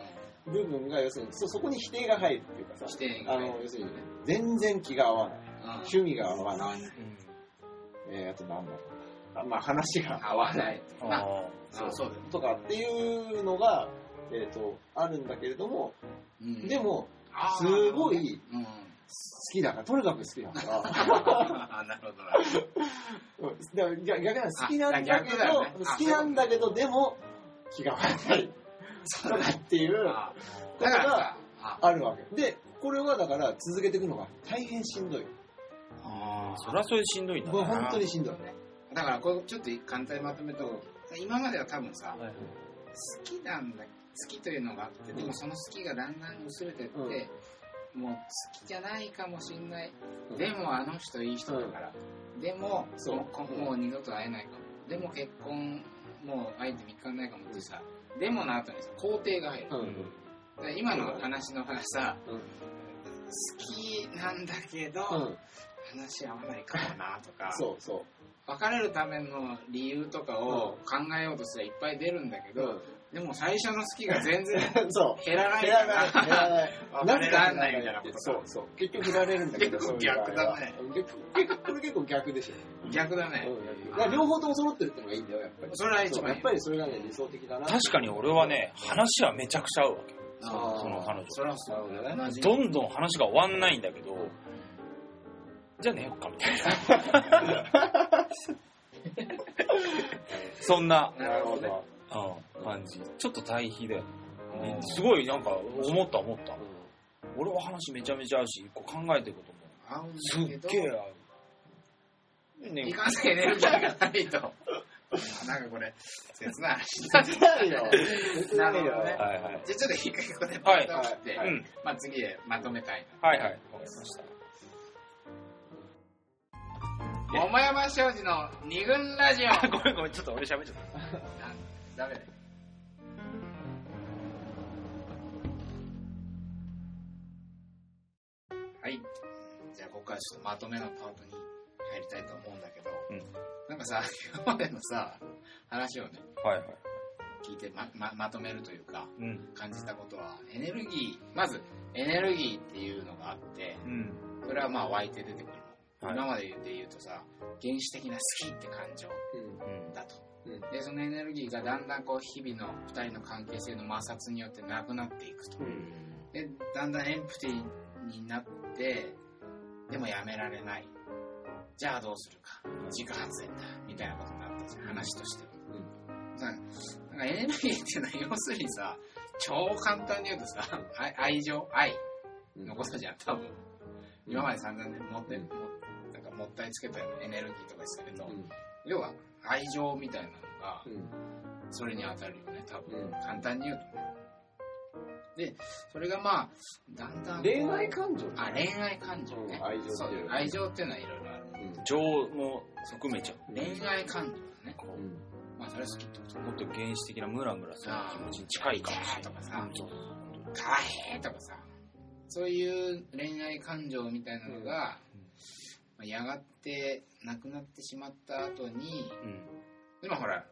[SPEAKER 2] 部分が、要するに、そ、そこに否定が入るっていうかさ、
[SPEAKER 1] 否定が
[SPEAKER 2] あ
[SPEAKER 1] ね
[SPEAKER 2] の、要するにね、全然気が合わない。趣味が合わない。
[SPEAKER 3] うん
[SPEAKER 2] えー、あと何だろう。あまあ、話が (laughs)
[SPEAKER 1] 合わない。
[SPEAKER 3] あ
[SPEAKER 1] あ
[SPEAKER 3] ー
[SPEAKER 1] そうそうだよ
[SPEAKER 2] とかっていうのが、えっ、と、あるんだけれども、
[SPEAKER 1] うん
[SPEAKER 2] で、も、
[SPEAKER 1] あー
[SPEAKER 2] すごい。
[SPEAKER 1] うん。
[SPEAKER 2] 好きだから、とにかく好きだから、 (laughs)
[SPEAKER 1] あなるほどな。
[SPEAKER 2] うんだから逆逆なん好きなんだけ
[SPEAKER 1] あ逆だ
[SPEAKER 2] ど、
[SPEAKER 1] よねあ
[SPEAKER 2] 好きなんだけど、でも、気が合わない。
[SPEAKER 1] そ
[SPEAKER 2] と
[SPEAKER 1] うだ
[SPEAKER 2] か
[SPEAKER 1] ね
[SPEAKER 2] っていう、
[SPEAKER 1] あーだからさ、あ
[SPEAKER 2] あるわけ。で、これはだから、続けていくのが大変しんどい。
[SPEAKER 1] あ
[SPEAKER 3] そりゃそれしんどいんだ
[SPEAKER 2] これ本当にしんどい。
[SPEAKER 1] ーだからこれちょっと簡単にまとめと、今までは多分さ、
[SPEAKER 3] はい
[SPEAKER 1] 好きなんだ、好きというのがあって、でもその好きがだんだん薄れてって、もう好きじゃないかもしんない。
[SPEAKER 2] うん
[SPEAKER 1] でもあの人いい人だから。でも、
[SPEAKER 2] そう
[SPEAKER 1] もうもう二度と会えないかも。でも結婚、もう会えて3日ないかもってさ、でもの後にさ、肯定が入る。
[SPEAKER 2] うん。うん。
[SPEAKER 1] だから今の話の話さ、
[SPEAKER 2] うん
[SPEAKER 1] 好きなんだけど、
[SPEAKER 2] うん。
[SPEAKER 1] 話合わないかもなとか、
[SPEAKER 2] そうそう。
[SPEAKER 1] 別れるための理由とかを考えようとすればいっぱい出るんだけど、でも最初の好きが全然
[SPEAKER 2] そう。
[SPEAKER 1] 減らない
[SPEAKER 2] 減
[SPEAKER 1] から
[SPEAKER 2] ない、減
[SPEAKER 1] ら。
[SPEAKER 2] らない。
[SPEAKER 1] 別れられないみたいなことか
[SPEAKER 2] そうそう。結局振られるんだけど、
[SPEAKER 1] 結構逆だね
[SPEAKER 2] そういう場合は。結局、これ結構逆でしょ。
[SPEAKER 1] 逆だね。
[SPEAKER 2] うんだから両方とも揃ってるってのがいいんだよ、やっぱり。
[SPEAKER 1] それは一
[SPEAKER 2] そう
[SPEAKER 1] 番
[SPEAKER 2] や
[SPEAKER 1] いい
[SPEAKER 2] っぱりそれがね、理想的だな。
[SPEAKER 3] 確かに俺はね、話はめちゃくちゃ合うわけ。
[SPEAKER 1] あー
[SPEAKER 3] その彼女
[SPEAKER 1] それはそ
[SPEAKER 2] なるほどね
[SPEAKER 1] う同じ
[SPEAKER 3] どんどん話が終わんないんだけど、じゃあ寝よっかみたいな。そんな、
[SPEAKER 1] なるほどね。
[SPEAKER 3] うん、感じ。ちょっと対比で。
[SPEAKER 1] うん
[SPEAKER 3] すごいなんか思った思った。俺は話めちゃめちゃ合うし、こう考えてることも。
[SPEAKER 1] 合うん
[SPEAKER 3] すっ
[SPEAKER 1] だけど
[SPEAKER 3] げえ合う。ね
[SPEAKER 1] いかんせんエネルギーがないと。 (laughs) なんかこれ、切ない話だ。
[SPEAKER 2] 切ないよ。
[SPEAKER 1] (laughs)
[SPEAKER 2] 切
[SPEAKER 1] な
[SPEAKER 2] ない
[SPEAKER 1] るほど
[SPEAKER 2] よ
[SPEAKER 1] ね。
[SPEAKER 3] はいはい。
[SPEAKER 1] じゃあちょっと一回ここでパ
[SPEAKER 3] は
[SPEAKER 1] ッ
[SPEAKER 3] い
[SPEAKER 1] と切って、
[SPEAKER 2] はい
[SPEAKER 3] うん。
[SPEAKER 1] まあ次へまとめたい
[SPEAKER 3] はいはい。わかりました。
[SPEAKER 1] な。桃山商事の二軍ラジオ。
[SPEAKER 3] ごめんごめん、ちょっと俺喋っちゃった。
[SPEAKER 1] なんダメだよはいじゃあここからちょっとまとめのパートに入りたいと思うんだけど、
[SPEAKER 3] うん
[SPEAKER 1] なんかさ (laughs) 今までのさ話をね
[SPEAKER 3] はいはい。
[SPEAKER 1] 聞いてまままとめるというか
[SPEAKER 3] うん。
[SPEAKER 1] 感じたことはエネルギーまずエネルギーっていうのがあって
[SPEAKER 3] うん。
[SPEAKER 1] それはまあ湧いて出てくる
[SPEAKER 3] はい
[SPEAKER 1] 今までで言うとさ原始的な好きって感情
[SPEAKER 2] うん。
[SPEAKER 3] うん
[SPEAKER 1] だと、
[SPEAKER 2] うん
[SPEAKER 1] でそのエネルギーがだんだんこう日々の2人の関係性の摩擦によってなくなっていくと
[SPEAKER 3] うん
[SPEAKER 1] でだんだんエンプティになってでもやめられないじゃあどうするか自家発電だみたいなことになったじゃん話としてさなんかエネルギーっていうのは要するにさ超簡単に言うとさ愛愛情愛
[SPEAKER 2] うん。
[SPEAKER 1] のことじゃん多分今まで散々ね持って、もなんかもったいつけたようなエネルギーとかですけど、
[SPEAKER 2] うん。
[SPEAKER 1] 要は愛情みたいなのが
[SPEAKER 2] うん。
[SPEAKER 1] それに当たるよね多分、
[SPEAKER 2] うん
[SPEAKER 1] 簡単に言うとねでそれがまあだんだんこう
[SPEAKER 2] 恋愛感情
[SPEAKER 1] あ恋愛感情ね、
[SPEAKER 2] うん愛情っていう
[SPEAKER 1] そう愛情っていうのはいろいろある
[SPEAKER 3] 情も含めちゃう
[SPEAKER 1] 恋愛感情だね
[SPEAKER 3] こ
[SPEAKER 2] う。
[SPEAKER 3] うん
[SPEAKER 1] まあそれは好きってこと
[SPEAKER 3] もっと原始的なムラムラする気持ちに近いかもしれない
[SPEAKER 1] とかさ
[SPEAKER 3] そうそう
[SPEAKER 1] かわいいとかさそういう恋愛感情みたいなのが、
[SPEAKER 3] うん
[SPEAKER 1] まあやがてなくなってしまった後に
[SPEAKER 3] そううん
[SPEAKER 1] でもほら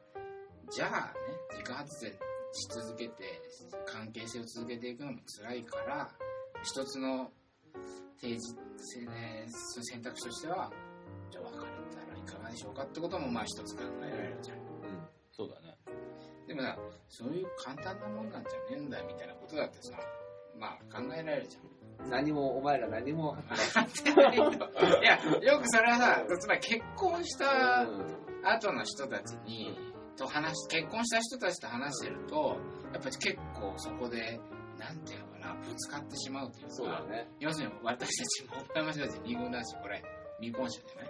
[SPEAKER 1] じゃあね自家発電し続けて関係性を続けていくのも辛いから一つの提示せねその選択肢としてはじゃあ別れたらいかがでしょうかってこともまあ一つ考えられるじゃん
[SPEAKER 3] そうだね
[SPEAKER 1] でもさそういう簡単なもんなんじゃねえんだみたいなことだってさまあ考えられるじゃん
[SPEAKER 2] うん。何も、お前ら何も。
[SPEAKER 1] いや、よくそれはさ、つまり結婚した
[SPEAKER 2] う
[SPEAKER 1] 後の人たちに、と話し、結婚した人たちと話してると、やっぱり結構そこで、なんていうのかな、ぶつかってしまうってい
[SPEAKER 2] ん。
[SPEAKER 1] う
[SPEAKER 2] そうだ
[SPEAKER 1] か、
[SPEAKER 2] ね。
[SPEAKER 1] 要するに私たちも岡山人たち二軍だし、これ、未婚者じゃな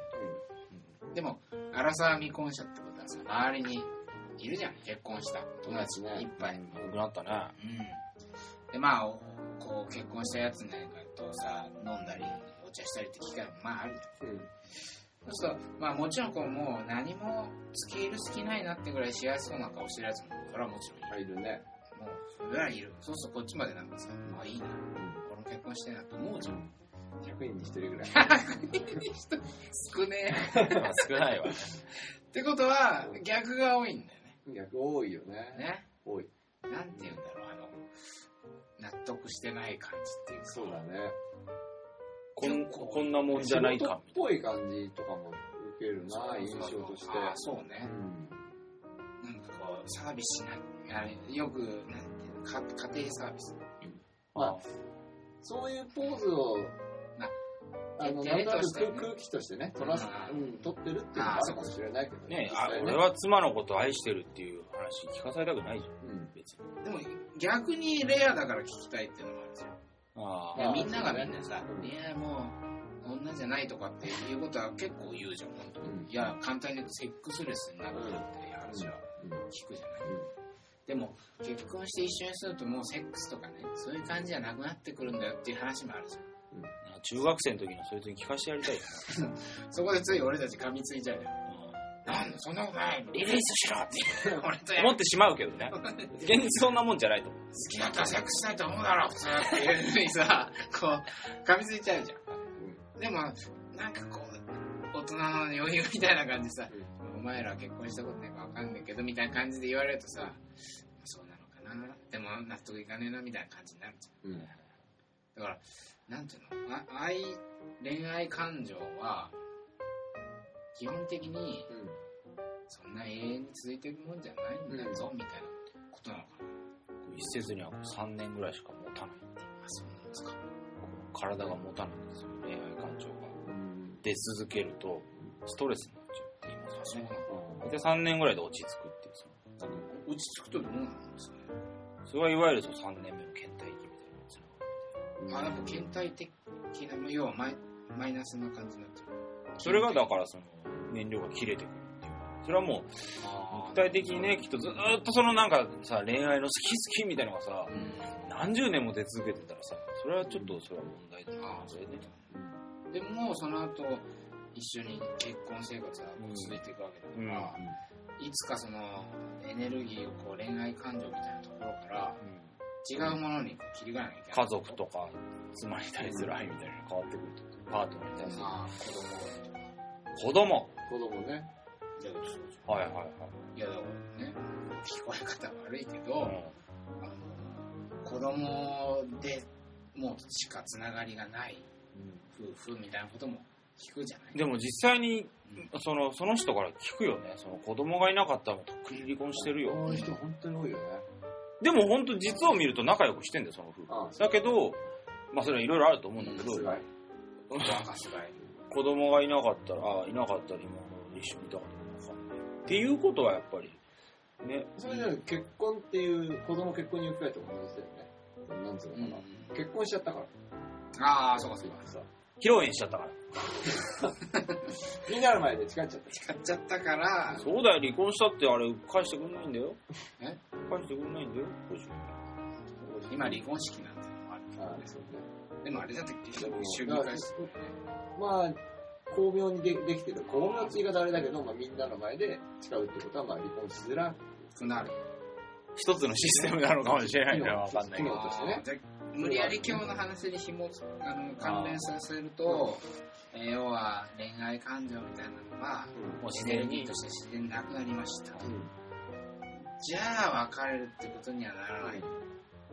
[SPEAKER 1] いでも、アラサー未婚者ってことはさ、周りにいるじゃん、結婚した友達いっぱい。
[SPEAKER 3] 良くなったね
[SPEAKER 1] うん、でまあおこう結婚したやつなんかとさ飲んだりお茶したりって機会もまああるじゃん
[SPEAKER 2] うん。
[SPEAKER 1] そうするとまあもちろんこうもう何も付け入る隙ないなってぐらい幸せそうな顔してるやつもそれはもちろんいる、
[SPEAKER 2] うん。いるね。
[SPEAKER 1] もうそれぐらいいるそうするとこっちまでなんかさまあいいな
[SPEAKER 2] うん。
[SPEAKER 1] 俺も結婚してえなと思うじゃん
[SPEAKER 2] 100人に1人ぐらい。
[SPEAKER 1] 少ねえ
[SPEAKER 3] まあ少ないわね
[SPEAKER 1] ってことは逆が多いんだよ
[SPEAKER 2] 逆多いよね。
[SPEAKER 1] ねね
[SPEAKER 2] 多い。
[SPEAKER 1] なんて言うんだろうあの納得してない感じっていうか
[SPEAKER 2] そうだね。
[SPEAKER 3] こんこんなもんじゃない
[SPEAKER 2] 仕事
[SPEAKER 3] か
[SPEAKER 2] っぽい感じとかも受けるな、印象として。
[SPEAKER 1] ああそうね、
[SPEAKER 2] うん。
[SPEAKER 1] なんかこう、サービスしない、あれ、よく、なんていうのか、家庭サービス。
[SPEAKER 2] まあ、そういうポーズを、
[SPEAKER 1] な
[SPEAKER 2] あの、
[SPEAKER 1] え
[SPEAKER 2] なんとな
[SPEAKER 1] えっとして
[SPEAKER 2] く
[SPEAKER 1] ね
[SPEAKER 2] 空空気としてね、取らす、
[SPEAKER 1] う
[SPEAKER 2] うんん、取ってるっていうのもあるかもしれないけど
[SPEAKER 3] ね
[SPEAKER 2] 実
[SPEAKER 3] あ
[SPEAKER 2] 際
[SPEAKER 3] 俺は妻のこと愛してるっていう話聞かされたくないじゃん
[SPEAKER 2] うん。
[SPEAKER 3] 別に
[SPEAKER 1] でも、逆にレアだから聞きたいっていうのもあるじゃん
[SPEAKER 3] あ
[SPEAKER 1] いや。
[SPEAKER 2] あ
[SPEAKER 1] みんながみんなさ
[SPEAKER 2] そう、ね
[SPEAKER 1] いや、もう、女じゃないとかっていうことは結構言うじゃん、本当に。
[SPEAKER 2] うん
[SPEAKER 1] いや、簡単に言うとセックスレスになるっていう話は聞くじゃない。でも、結婚して一緒にするともうセックスとかね、そういう感じじゃなくなってくるんだよっていう話もあるじ
[SPEAKER 3] 中学生の時のそいつに聞かしてやりたいよね
[SPEAKER 1] ゃん。そこでつい俺たち噛みついちゃうよ。なんだ、そんなことないリリースしろって。俺とやる
[SPEAKER 3] 思ってしまうけど
[SPEAKER 1] (laughs)
[SPEAKER 3] ね現実そんなもんじゃないと思う
[SPEAKER 1] 好きだったらセックスないと思うだろ、普通っていうふうにさ、こう、噛みついちゃうじゃん。でも、なんかこう、大人の余裕みたいな感じでさ、お前らは結婚したことないからわかんないけど、みたいな感じで言われるとさ、そうなのかな、でも納得いかねえな、みたいな感じになるじ
[SPEAKER 2] うん。うん。
[SPEAKER 1] ゃん。だから、なんていうの、あ愛、恋愛感情は、基本的に、そんな永遠に続いていくもんじゃないんだぞ、みたいなことなのかな。
[SPEAKER 3] 一説には3年ぐらいしか持たないっていう
[SPEAKER 1] あ、そうなんですか。
[SPEAKER 3] こう体が持たないんですよ恋愛感情が
[SPEAKER 2] うん。
[SPEAKER 3] 出続けるとストレスになっちゃうって言います
[SPEAKER 1] あ、
[SPEAKER 3] よ
[SPEAKER 1] そうなの
[SPEAKER 3] ねで3年ぐらいで落ち着くっていうその
[SPEAKER 1] 落ち着くとどうなんですかね。
[SPEAKER 3] それはいわゆるその3年目の倦怠期みたいなやつな
[SPEAKER 1] まあ、やっぱ倦怠的な、まあ要はマイマイナスな感じになっちゃう。
[SPEAKER 3] それがだからその燃料が切れてくるっていうそれはもう具体的にねきっとずーっとそのなんかさ恋愛の好き好きみたいなのがさ何十年も出続けてたらさそれはちょっとそれは問題だ
[SPEAKER 1] うん。あ
[SPEAKER 3] な
[SPEAKER 1] あ、
[SPEAKER 3] そ
[SPEAKER 1] そう
[SPEAKER 3] れ
[SPEAKER 1] いうこ
[SPEAKER 3] ね
[SPEAKER 1] と。でも、その後、一緒に結婚生活が続いていくわけだから、いつかそのエネルギーをこう恋愛感情みたいなところから違うものに切り替えなきゃいけない。
[SPEAKER 3] 家族とか妻に対する愛みたいなのが変わってくるとパートナーに対する
[SPEAKER 1] まあ、子供とか。
[SPEAKER 3] 子供
[SPEAKER 2] 子供ね。
[SPEAKER 1] いや、そうじ
[SPEAKER 3] はいはいはい
[SPEAKER 1] ゃんいや、だからね、聞こえ方悪いけど、
[SPEAKER 3] うん
[SPEAKER 1] あの子供でもうしかつながりがない夫婦みたいなことも聞くじゃない。
[SPEAKER 3] でも実際に
[SPEAKER 1] うん
[SPEAKER 3] そのその人から聞くよねその子供がいなかったらとっくに離婚してるよ
[SPEAKER 2] こういう人本当に多いよね。
[SPEAKER 3] でも本当実を見ると仲良くしてんだよその夫婦
[SPEAKER 2] あ
[SPEAKER 3] だけどまあそれはいろいろあると思うんだけど
[SPEAKER 2] すごい。
[SPEAKER 1] 若すがい。
[SPEAKER 3] (laughs) 子供がいなかったらあいなかったら今頃一緒にいたかとか分かんないっていうことはやっぱりね
[SPEAKER 2] それじゃ結婚っていう、子供結婚に行くかと同じだよね。なんつうのかな。結婚しちゃったから。
[SPEAKER 1] ああ、そうかそうか。
[SPEAKER 2] さ
[SPEAKER 3] 披露宴しちゃったから
[SPEAKER 2] みんなの前で誓っちゃった。
[SPEAKER 1] 使っちゃったから、
[SPEAKER 3] そうだよ離婚したってあれ返してくんないんだよ
[SPEAKER 1] え
[SPEAKER 3] 返してくんないんだよ五十
[SPEAKER 1] 今離婚式なんてのもあるけど
[SPEAKER 2] あ
[SPEAKER 1] ね
[SPEAKER 2] そうね。
[SPEAKER 1] でもあれだって結局
[SPEAKER 2] でも
[SPEAKER 1] 一緒に返して
[SPEAKER 2] まあ、巧妙にでできてる。巧妙って言い方あれだけど、まあみんなの前で誓うってことは、まあ離婚しづらい。
[SPEAKER 1] くなる。
[SPEAKER 3] 一つのシステムなのかもしれないんだよわかんないけ
[SPEAKER 2] 機
[SPEAKER 3] ど
[SPEAKER 2] 能としてね
[SPEAKER 1] あーじゃあ無理やり今日の話に紐つあの関連させると、えー要は恋愛感情みたいなのが
[SPEAKER 3] もう自
[SPEAKER 1] 自
[SPEAKER 3] 然
[SPEAKER 1] 然
[SPEAKER 3] に
[SPEAKER 1] にとして自然になくなりました、
[SPEAKER 2] うん
[SPEAKER 1] じゃあ別れるってことにはならない、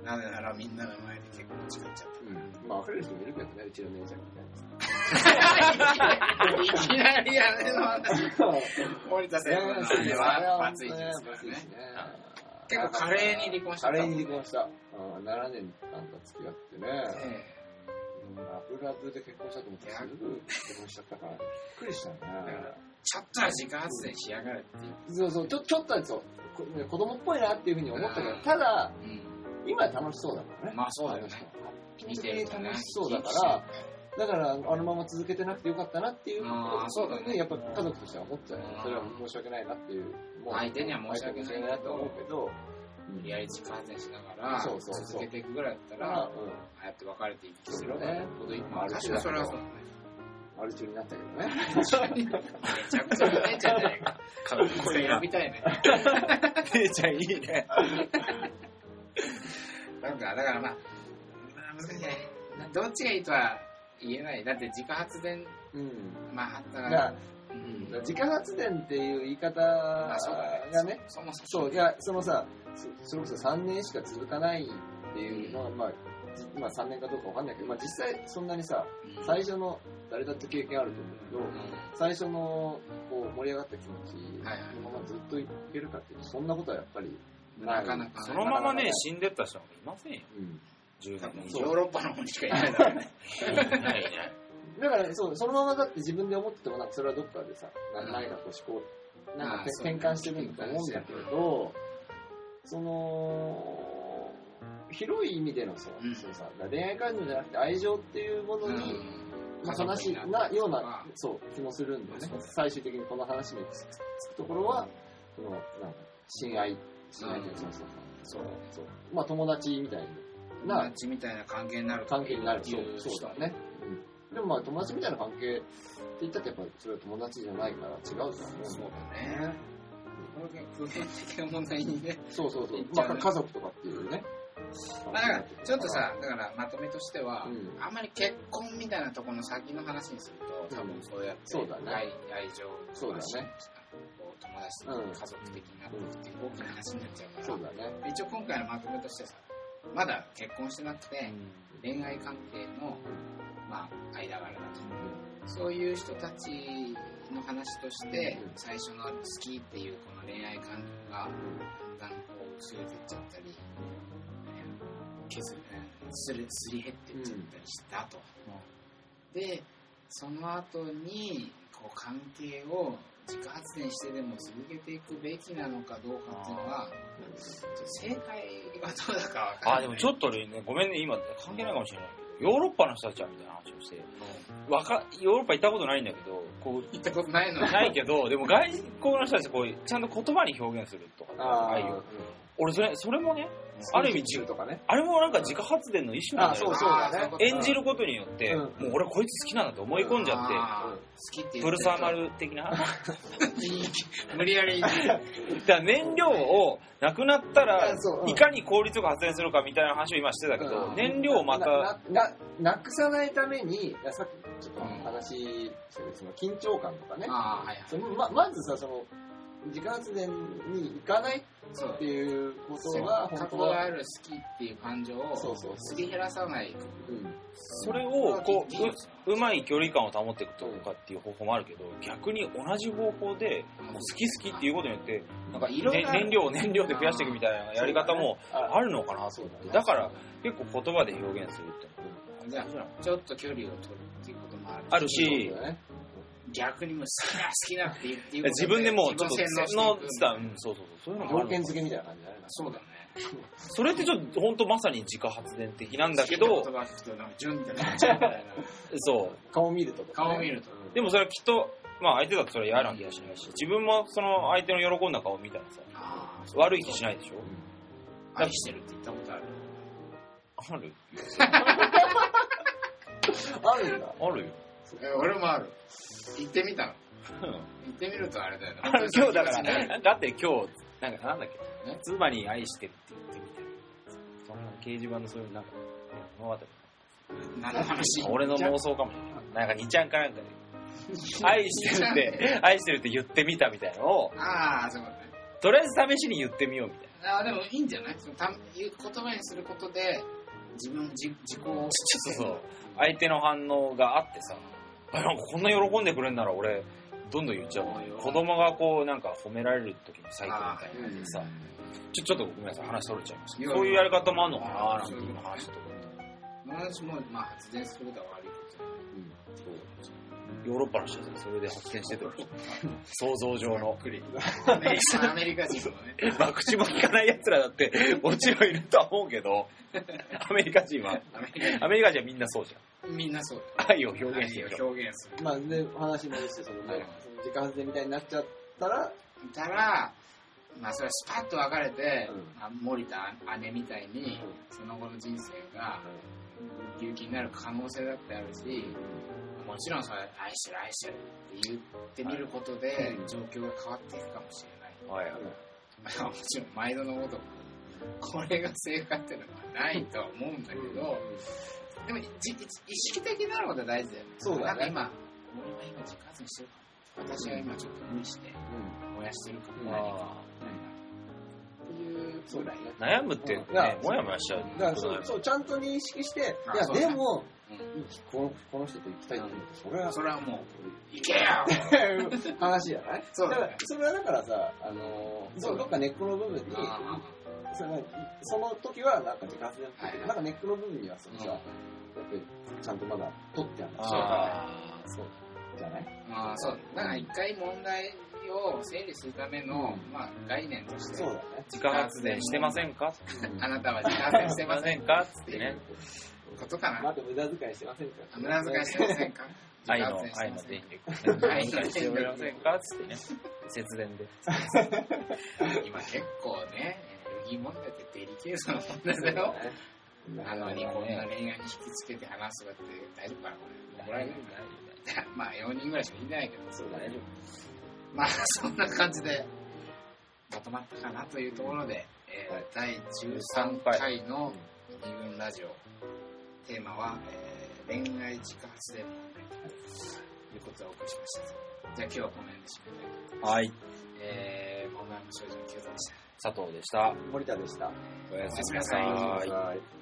[SPEAKER 1] なぜならみんなの前で結婚誓っちゃっ
[SPEAKER 2] うん。まあ別れる人もいるけどね、うちの姉ちゃんみたいな。
[SPEAKER 1] たいきなりやめの話森田先生の
[SPEAKER 2] そう
[SPEAKER 1] 話はバツイチですからね結構華麗に離婚しちゃ
[SPEAKER 2] カ
[SPEAKER 1] った
[SPEAKER 2] レーに離婚した。うん、7年間か付き合ってね。うんラブラブで結婚したと思って、すぐ結婚しちゃったから、びっくりしたね。
[SPEAKER 1] らちょっとは自家発電しやがるっていう、
[SPEAKER 2] そうそう、ちょちょっとはそうこね子供っぽいなっていうふうに思ったけど
[SPEAKER 1] う、ん
[SPEAKER 2] ただ、今は楽しそうだからね。
[SPEAKER 1] まあそうだよ
[SPEAKER 2] ね
[SPEAKER 1] ね。
[SPEAKER 2] 見てるとね楽しそうだから、だから、あのまま続けてなくてよかったなっていう
[SPEAKER 1] あーそうだね
[SPEAKER 2] やっぱ家族としては思ったよね
[SPEAKER 1] うん。
[SPEAKER 2] それは申し訳ないなっていう。もう
[SPEAKER 1] 相手には申し訳ない
[SPEAKER 2] 相手には申し訳なと思うけど、
[SPEAKER 1] 無理やり自家発電しながら
[SPEAKER 2] そうそうそう
[SPEAKER 1] 続けていくぐらいだった
[SPEAKER 2] だからら、
[SPEAKER 1] ああやって別れて生きてる
[SPEAKER 2] ね
[SPEAKER 1] こと今、
[SPEAKER 2] まあ
[SPEAKER 1] 確かにそれはそうだね。
[SPEAKER 2] マルチになったけど
[SPEAKER 1] (laughs)
[SPEAKER 2] ね。
[SPEAKER 1] めちゃくちゃお姉ちゃんじゃないか。
[SPEAKER 3] か
[SPEAKER 1] これ選びたい
[SPEAKER 2] (laughs)
[SPEAKER 1] ね。
[SPEAKER 3] 姉ちゃんいいね
[SPEAKER 1] なんか、だからまあ、まあ難しいね。などっちがいいとは言えない。だって自家発電、
[SPEAKER 2] うん。
[SPEAKER 1] まああった、
[SPEAKER 2] だからら、
[SPEAKER 1] うん。
[SPEAKER 2] 自家発電っていう言い方
[SPEAKER 1] まあそう
[SPEAKER 2] が
[SPEAKER 1] だ
[SPEAKER 2] ね
[SPEAKER 1] ね、。そもそも。
[SPEAKER 2] そう、いや、そのさ、そそれこそ3年しか続かないっていうのは、まあ、じまあ3年かどうかわかんないけど、まあ実際そんなにさ、
[SPEAKER 1] うん
[SPEAKER 2] 最初の、誰だって経験あると思う
[SPEAKER 1] う
[SPEAKER 2] けど、
[SPEAKER 1] ん
[SPEAKER 2] 最初の、こう、盛り上がった気持ち、
[SPEAKER 1] はいはい
[SPEAKER 2] そのままずっといけるかっていうと、そんなことはやっぱり、
[SPEAKER 1] なかなか
[SPEAKER 3] そのままね死んでった人なんかいませんよ
[SPEAKER 2] うん。
[SPEAKER 3] 10年以
[SPEAKER 1] ヨ
[SPEAKER 3] 上
[SPEAKER 1] ーロッパの方にしかいないだろうね。
[SPEAKER 3] いないいない
[SPEAKER 2] だから、そう、そのままだって自分で思ってても、なんかそれはどっかでさ、な
[SPEAKER 1] うん
[SPEAKER 2] 何かこう思考、なん
[SPEAKER 1] あ
[SPEAKER 2] か
[SPEAKER 1] ーそう
[SPEAKER 2] 転換してるんだと思うんだけど、その、広い意味でのそ
[SPEAKER 1] うん
[SPEAKER 2] うそうさ、だから恋愛感情じゃなくて愛情っていうものに、まあ、悲しい
[SPEAKER 1] 家族にな
[SPEAKER 2] な
[SPEAKER 1] る
[SPEAKER 2] よう
[SPEAKER 1] まあ
[SPEAKER 2] な、そう、気もするんだよね
[SPEAKER 1] そう。だ
[SPEAKER 2] 最終的にこの話につくつくところは、その、なんか、親愛、親愛っていうか、そうそう
[SPEAKER 1] そう。
[SPEAKER 2] そう。まあ、友達みたいな、
[SPEAKER 1] 友達みたいな関係になる
[SPEAKER 2] 関係になるそう
[SPEAKER 1] いう
[SPEAKER 2] そうだね、うん、でもまあ友達みたいな関係って言ったってやっぱりそれは友達じゃないから違うと思う
[SPEAKER 1] そうだね。これが普遍的な問題にね。
[SPEAKER 2] そうそうそう
[SPEAKER 1] 言っち
[SPEAKER 2] ま
[SPEAKER 1] ゃうね
[SPEAKER 2] あ家族とかっていうね
[SPEAKER 1] まあだから、ちょっとさ、だからまとめとしては、
[SPEAKER 2] うん
[SPEAKER 1] あんまり結婚みたいなところの先の話にすると、多分そうやって、
[SPEAKER 2] そうだね
[SPEAKER 1] 愛愛情
[SPEAKER 2] そうだね
[SPEAKER 1] こう友達とか
[SPEAKER 2] うん
[SPEAKER 1] 家族的になっていくっていう大きな話になっちゃうか
[SPEAKER 2] そ
[SPEAKER 1] ら、
[SPEAKER 2] うだね
[SPEAKER 1] 一応今回のまとめとしてさ、まだ結婚してなく
[SPEAKER 3] う
[SPEAKER 1] て、
[SPEAKER 3] ん
[SPEAKER 1] 恋愛関係の、まあ、間柄だと。そういう人たちの話として
[SPEAKER 2] うん、
[SPEAKER 1] 最初の好きっていうこの恋愛感情が、だんだんこう薄れてっちゃったり、削る、すり、すり減ってっちゃったりしたと。で、その後に、こう関係を自家発電してでも続けていくべきなのかどうかっていうのは、ちょっと正解はどうだかわかんない。
[SPEAKER 3] あでもちょっと俺ねごめんね今関係ないかもしれないけどヨーロッパの人たちはみたいな話をしてわかヨーロッパ行ったことないんだけどこう
[SPEAKER 1] 行ったことないのに
[SPEAKER 3] ないけどでも外国の人たちこうちゃんと言葉に表現するとか
[SPEAKER 2] あ
[SPEAKER 3] 愛を俺それそれもねある意味
[SPEAKER 2] 中とかね
[SPEAKER 3] あれもなんか自家発電の一種なんだよ
[SPEAKER 2] そう
[SPEAKER 3] な
[SPEAKER 2] そうだね
[SPEAKER 1] あー
[SPEAKER 3] 演じることによって、
[SPEAKER 2] うん
[SPEAKER 3] もう俺こいつ好きなんだと思い込んじゃっ
[SPEAKER 1] あー
[SPEAKER 2] うん
[SPEAKER 1] 好きって
[SPEAKER 3] て、
[SPEAKER 1] 言って
[SPEAKER 3] プル
[SPEAKER 1] る
[SPEAKER 3] サーマル的な。
[SPEAKER 1] 無理や
[SPEAKER 3] (laughs)
[SPEAKER 1] り
[SPEAKER 3] だから燃料をなくなったら
[SPEAKER 2] あそうう、ん
[SPEAKER 3] いかに効率よく発電するかみたいな話を今してたけど、
[SPEAKER 1] うん
[SPEAKER 3] 燃料をまた、
[SPEAKER 2] ななななくさないためにいやさっきちょっと話したけどその緊張感とかね
[SPEAKER 1] ああはいはい
[SPEAKER 2] そのままずさその自家発電に行かない
[SPEAKER 1] そ
[SPEAKER 2] っ
[SPEAKER 1] う
[SPEAKER 2] ていうこと
[SPEAKER 1] そう過
[SPEAKER 2] が本
[SPEAKER 1] 去
[SPEAKER 2] 当
[SPEAKER 1] が
[SPEAKER 2] は
[SPEAKER 1] ある好きっていう感情を
[SPEAKER 2] そうそうそう
[SPEAKER 1] すり減らさない
[SPEAKER 2] うん
[SPEAKER 3] それをこうううまい距離感を保っていくとかっていう方法もあるけど逆に同じ方法でもう好き好きっていうことによってなんか、
[SPEAKER 1] いろん
[SPEAKER 3] ね、
[SPEAKER 1] な
[SPEAKER 3] 燃料を燃料で増やしていくみたいなやり方も
[SPEAKER 2] あ
[SPEAKER 3] あるのかなと
[SPEAKER 2] そう
[SPEAKER 3] 思って
[SPEAKER 2] ね
[SPEAKER 3] だから結構言葉で表現するって
[SPEAKER 1] じゃあちょっと距離を取るっていうこともある
[SPEAKER 3] あるし
[SPEAKER 2] そうだね
[SPEAKER 1] 逆にもう好きな好きなって言っていうこと
[SPEAKER 3] 自分でもうちょっと洗
[SPEAKER 1] 自分
[SPEAKER 3] 脳
[SPEAKER 1] を
[SPEAKER 3] っ
[SPEAKER 1] 洗脳していく
[SPEAKER 3] てたらうんそうそうそうそういうのもあ
[SPEAKER 2] 条
[SPEAKER 3] るの
[SPEAKER 2] 件
[SPEAKER 3] か
[SPEAKER 2] 付けみたいな感じだね
[SPEAKER 1] そうだね
[SPEAKER 3] それってちょっと本当まさに自家発電的なんだけど
[SPEAKER 1] 言葉聞くとなんか順みたいになっちゃうみたいな
[SPEAKER 3] そう
[SPEAKER 2] 顔見るとかね
[SPEAKER 1] 顔見ると
[SPEAKER 2] うん
[SPEAKER 3] でもそれはきっと、まあ相手だとそれは嫌な気がしないし、自分もその相手の喜んだ顔を見たらさ、
[SPEAKER 1] あ
[SPEAKER 3] 悪い気しないでしょ
[SPEAKER 1] あ愛してるって言った
[SPEAKER 3] (laughs)
[SPEAKER 1] ことある
[SPEAKER 3] ある
[SPEAKER 2] あるんだ
[SPEAKER 3] あ (laughs) るよ。
[SPEAKER 1] え俺もある行ってみたの行ってみるとあれだよね (laughs)
[SPEAKER 3] 今日だから、だって今日、なんかなんだっけ、
[SPEAKER 1] え
[SPEAKER 3] 妻に愛してるって言ってみてそんな掲示板のそういうなんか、物語
[SPEAKER 1] 何の話
[SPEAKER 3] 俺の妄想かもしれない。なんか2ちゃんかなんか (laughs) で、愛してるって、愛してるって言ってみたみたいなのを、
[SPEAKER 1] ああそうだね
[SPEAKER 3] とりあえず試しに言ってみようみたいな。
[SPEAKER 1] ああでもいいんじゃないそのた言葉にすることで自分自自己を
[SPEAKER 3] そうそう。相手の反応があってさ、あなんかこんな喜んでくれるなら俺、どんどん言っちゃうわ。子供がこう、なんか褒められる時の最高みたいな感じでさ、ちょ、ちょっとごめんなさい、話それちゃいまし
[SPEAKER 1] い
[SPEAKER 3] た。
[SPEAKER 1] や
[SPEAKER 3] そういうやり方もあんのかななんて
[SPEAKER 1] そういう
[SPEAKER 3] 今
[SPEAKER 1] こと
[SPEAKER 3] 話してたとこ
[SPEAKER 1] 私もまあ発電することは悪いことじゃない
[SPEAKER 3] ヨーロッパの人たちがそれで発見してて、想像上の。
[SPEAKER 1] アメリカアメリカ人
[SPEAKER 3] (laughs)
[SPEAKER 1] もね。
[SPEAKER 3] まあ、口も利かない奴らだって、もちろんいるとは思うけど、アメリカ人は、
[SPEAKER 1] アメリ
[SPEAKER 3] アメリカ人はみんなそうじ
[SPEAKER 1] カみんなそう
[SPEAKER 3] ゃん。愛を表
[SPEAKER 1] だ。
[SPEAKER 3] 現してる。
[SPEAKER 1] 表現する。
[SPEAKER 2] まあで話もしてそのねその自家発電みたいになっちゃったら
[SPEAKER 1] たら、まあそれはスパッと別れて、
[SPEAKER 2] うん
[SPEAKER 1] まあ森田姉みたいに、
[SPEAKER 2] うん
[SPEAKER 1] その後の人生が、有気になる可能性だってあるし、もちろんそれ、愛してる愛してるって言ってみることで、状況が変わっていくかもしれない。
[SPEAKER 3] はいはい
[SPEAKER 1] まあもちろん毎度のごとく、これが正解っていうのはないとは思うんだけど、でもいじ意識的になることは大事だよね。
[SPEAKER 2] そうだね
[SPEAKER 1] なんか今、俺は今自活にしてるから、私は今ちょっと無理して燃やしてるから、
[SPEAKER 2] うん
[SPEAKER 1] 何か
[SPEAKER 3] あ
[SPEAKER 1] っていう
[SPEAKER 2] そうだよね
[SPEAKER 3] ー悩むって、
[SPEAKER 2] いや
[SPEAKER 3] ね、もやもやしちゃう
[SPEAKER 2] だか
[SPEAKER 3] こ
[SPEAKER 2] ら
[SPEAKER 3] と
[SPEAKER 2] そ
[SPEAKER 3] だよ
[SPEAKER 2] う
[SPEAKER 3] ね
[SPEAKER 2] そうちゃんと認識してい
[SPEAKER 1] あ
[SPEAKER 2] や
[SPEAKER 1] そうだ
[SPEAKER 2] で
[SPEAKER 1] う
[SPEAKER 2] もこのこの人と行きたいって言うとそれは
[SPEAKER 1] それはもう、いけよ
[SPEAKER 2] 話じゃない
[SPEAKER 1] (laughs) そうだね
[SPEAKER 2] からそれはだからさ、あのー
[SPEAKER 1] そうだね
[SPEAKER 2] どっかネックの部分に、そのその時はなんか自家発電っぽいけ
[SPEAKER 1] はいは
[SPEAKER 2] ど
[SPEAKER 1] い
[SPEAKER 2] なんかネックの部分にはそのさ、
[SPEAKER 1] うん
[SPEAKER 2] やっぱりちゃんとまだ取ってある
[SPEAKER 1] そうだね
[SPEAKER 3] あーそう
[SPEAKER 2] じゃない
[SPEAKER 1] まあそうだ、だから一回問題を整理するための、まあ概念として
[SPEAKER 2] そう、だね。
[SPEAKER 3] 自家発電してませんか
[SPEAKER 1] あなたは自発電してませんか
[SPEAKER 3] っ
[SPEAKER 1] っていう。ことか
[SPEAKER 2] ま
[SPEAKER 1] な。
[SPEAKER 2] だ無駄遣いしてませんから、
[SPEAKER 1] 無駄遣いしてませんか
[SPEAKER 3] 愛
[SPEAKER 1] 自
[SPEAKER 3] の
[SPEAKER 1] 発電、して
[SPEAKER 3] 愛
[SPEAKER 1] ま
[SPEAKER 3] の
[SPEAKER 1] せん
[SPEAKER 3] 電
[SPEAKER 1] か
[SPEAKER 3] 力。無駄遣いしてませんかつってね。節電で。
[SPEAKER 1] 今結構ね、エネルギー問題ってデリケートな問題
[SPEAKER 2] そう
[SPEAKER 1] だよ
[SPEAKER 2] (laughs) だ。ね
[SPEAKER 1] なのに
[SPEAKER 3] ね
[SPEAKER 1] こんな恋愛に引きつけて話すとかって大丈夫かなこれ。怒られるまあ4人ぐらいしかいないけど。
[SPEAKER 2] そうだね。
[SPEAKER 1] まあそんな感じで、まとまったかなというところで、えー
[SPEAKER 2] はい
[SPEAKER 1] 第13回の二軍ラジオ、テーマは、えー恋愛自家発電問題ということをお送りしました。じゃあ今日はこの辺で締めたいと
[SPEAKER 3] はい。
[SPEAKER 1] 思います。えー、問題の少女の Q さんでした。
[SPEAKER 3] 佐藤でした。
[SPEAKER 2] 森田でした。
[SPEAKER 3] お
[SPEAKER 1] や
[SPEAKER 3] や
[SPEAKER 1] す
[SPEAKER 3] す
[SPEAKER 1] み
[SPEAKER 3] み
[SPEAKER 1] な
[SPEAKER 3] な
[SPEAKER 1] さ
[SPEAKER 3] さ
[SPEAKER 1] い
[SPEAKER 3] い。
[SPEAKER 2] はい。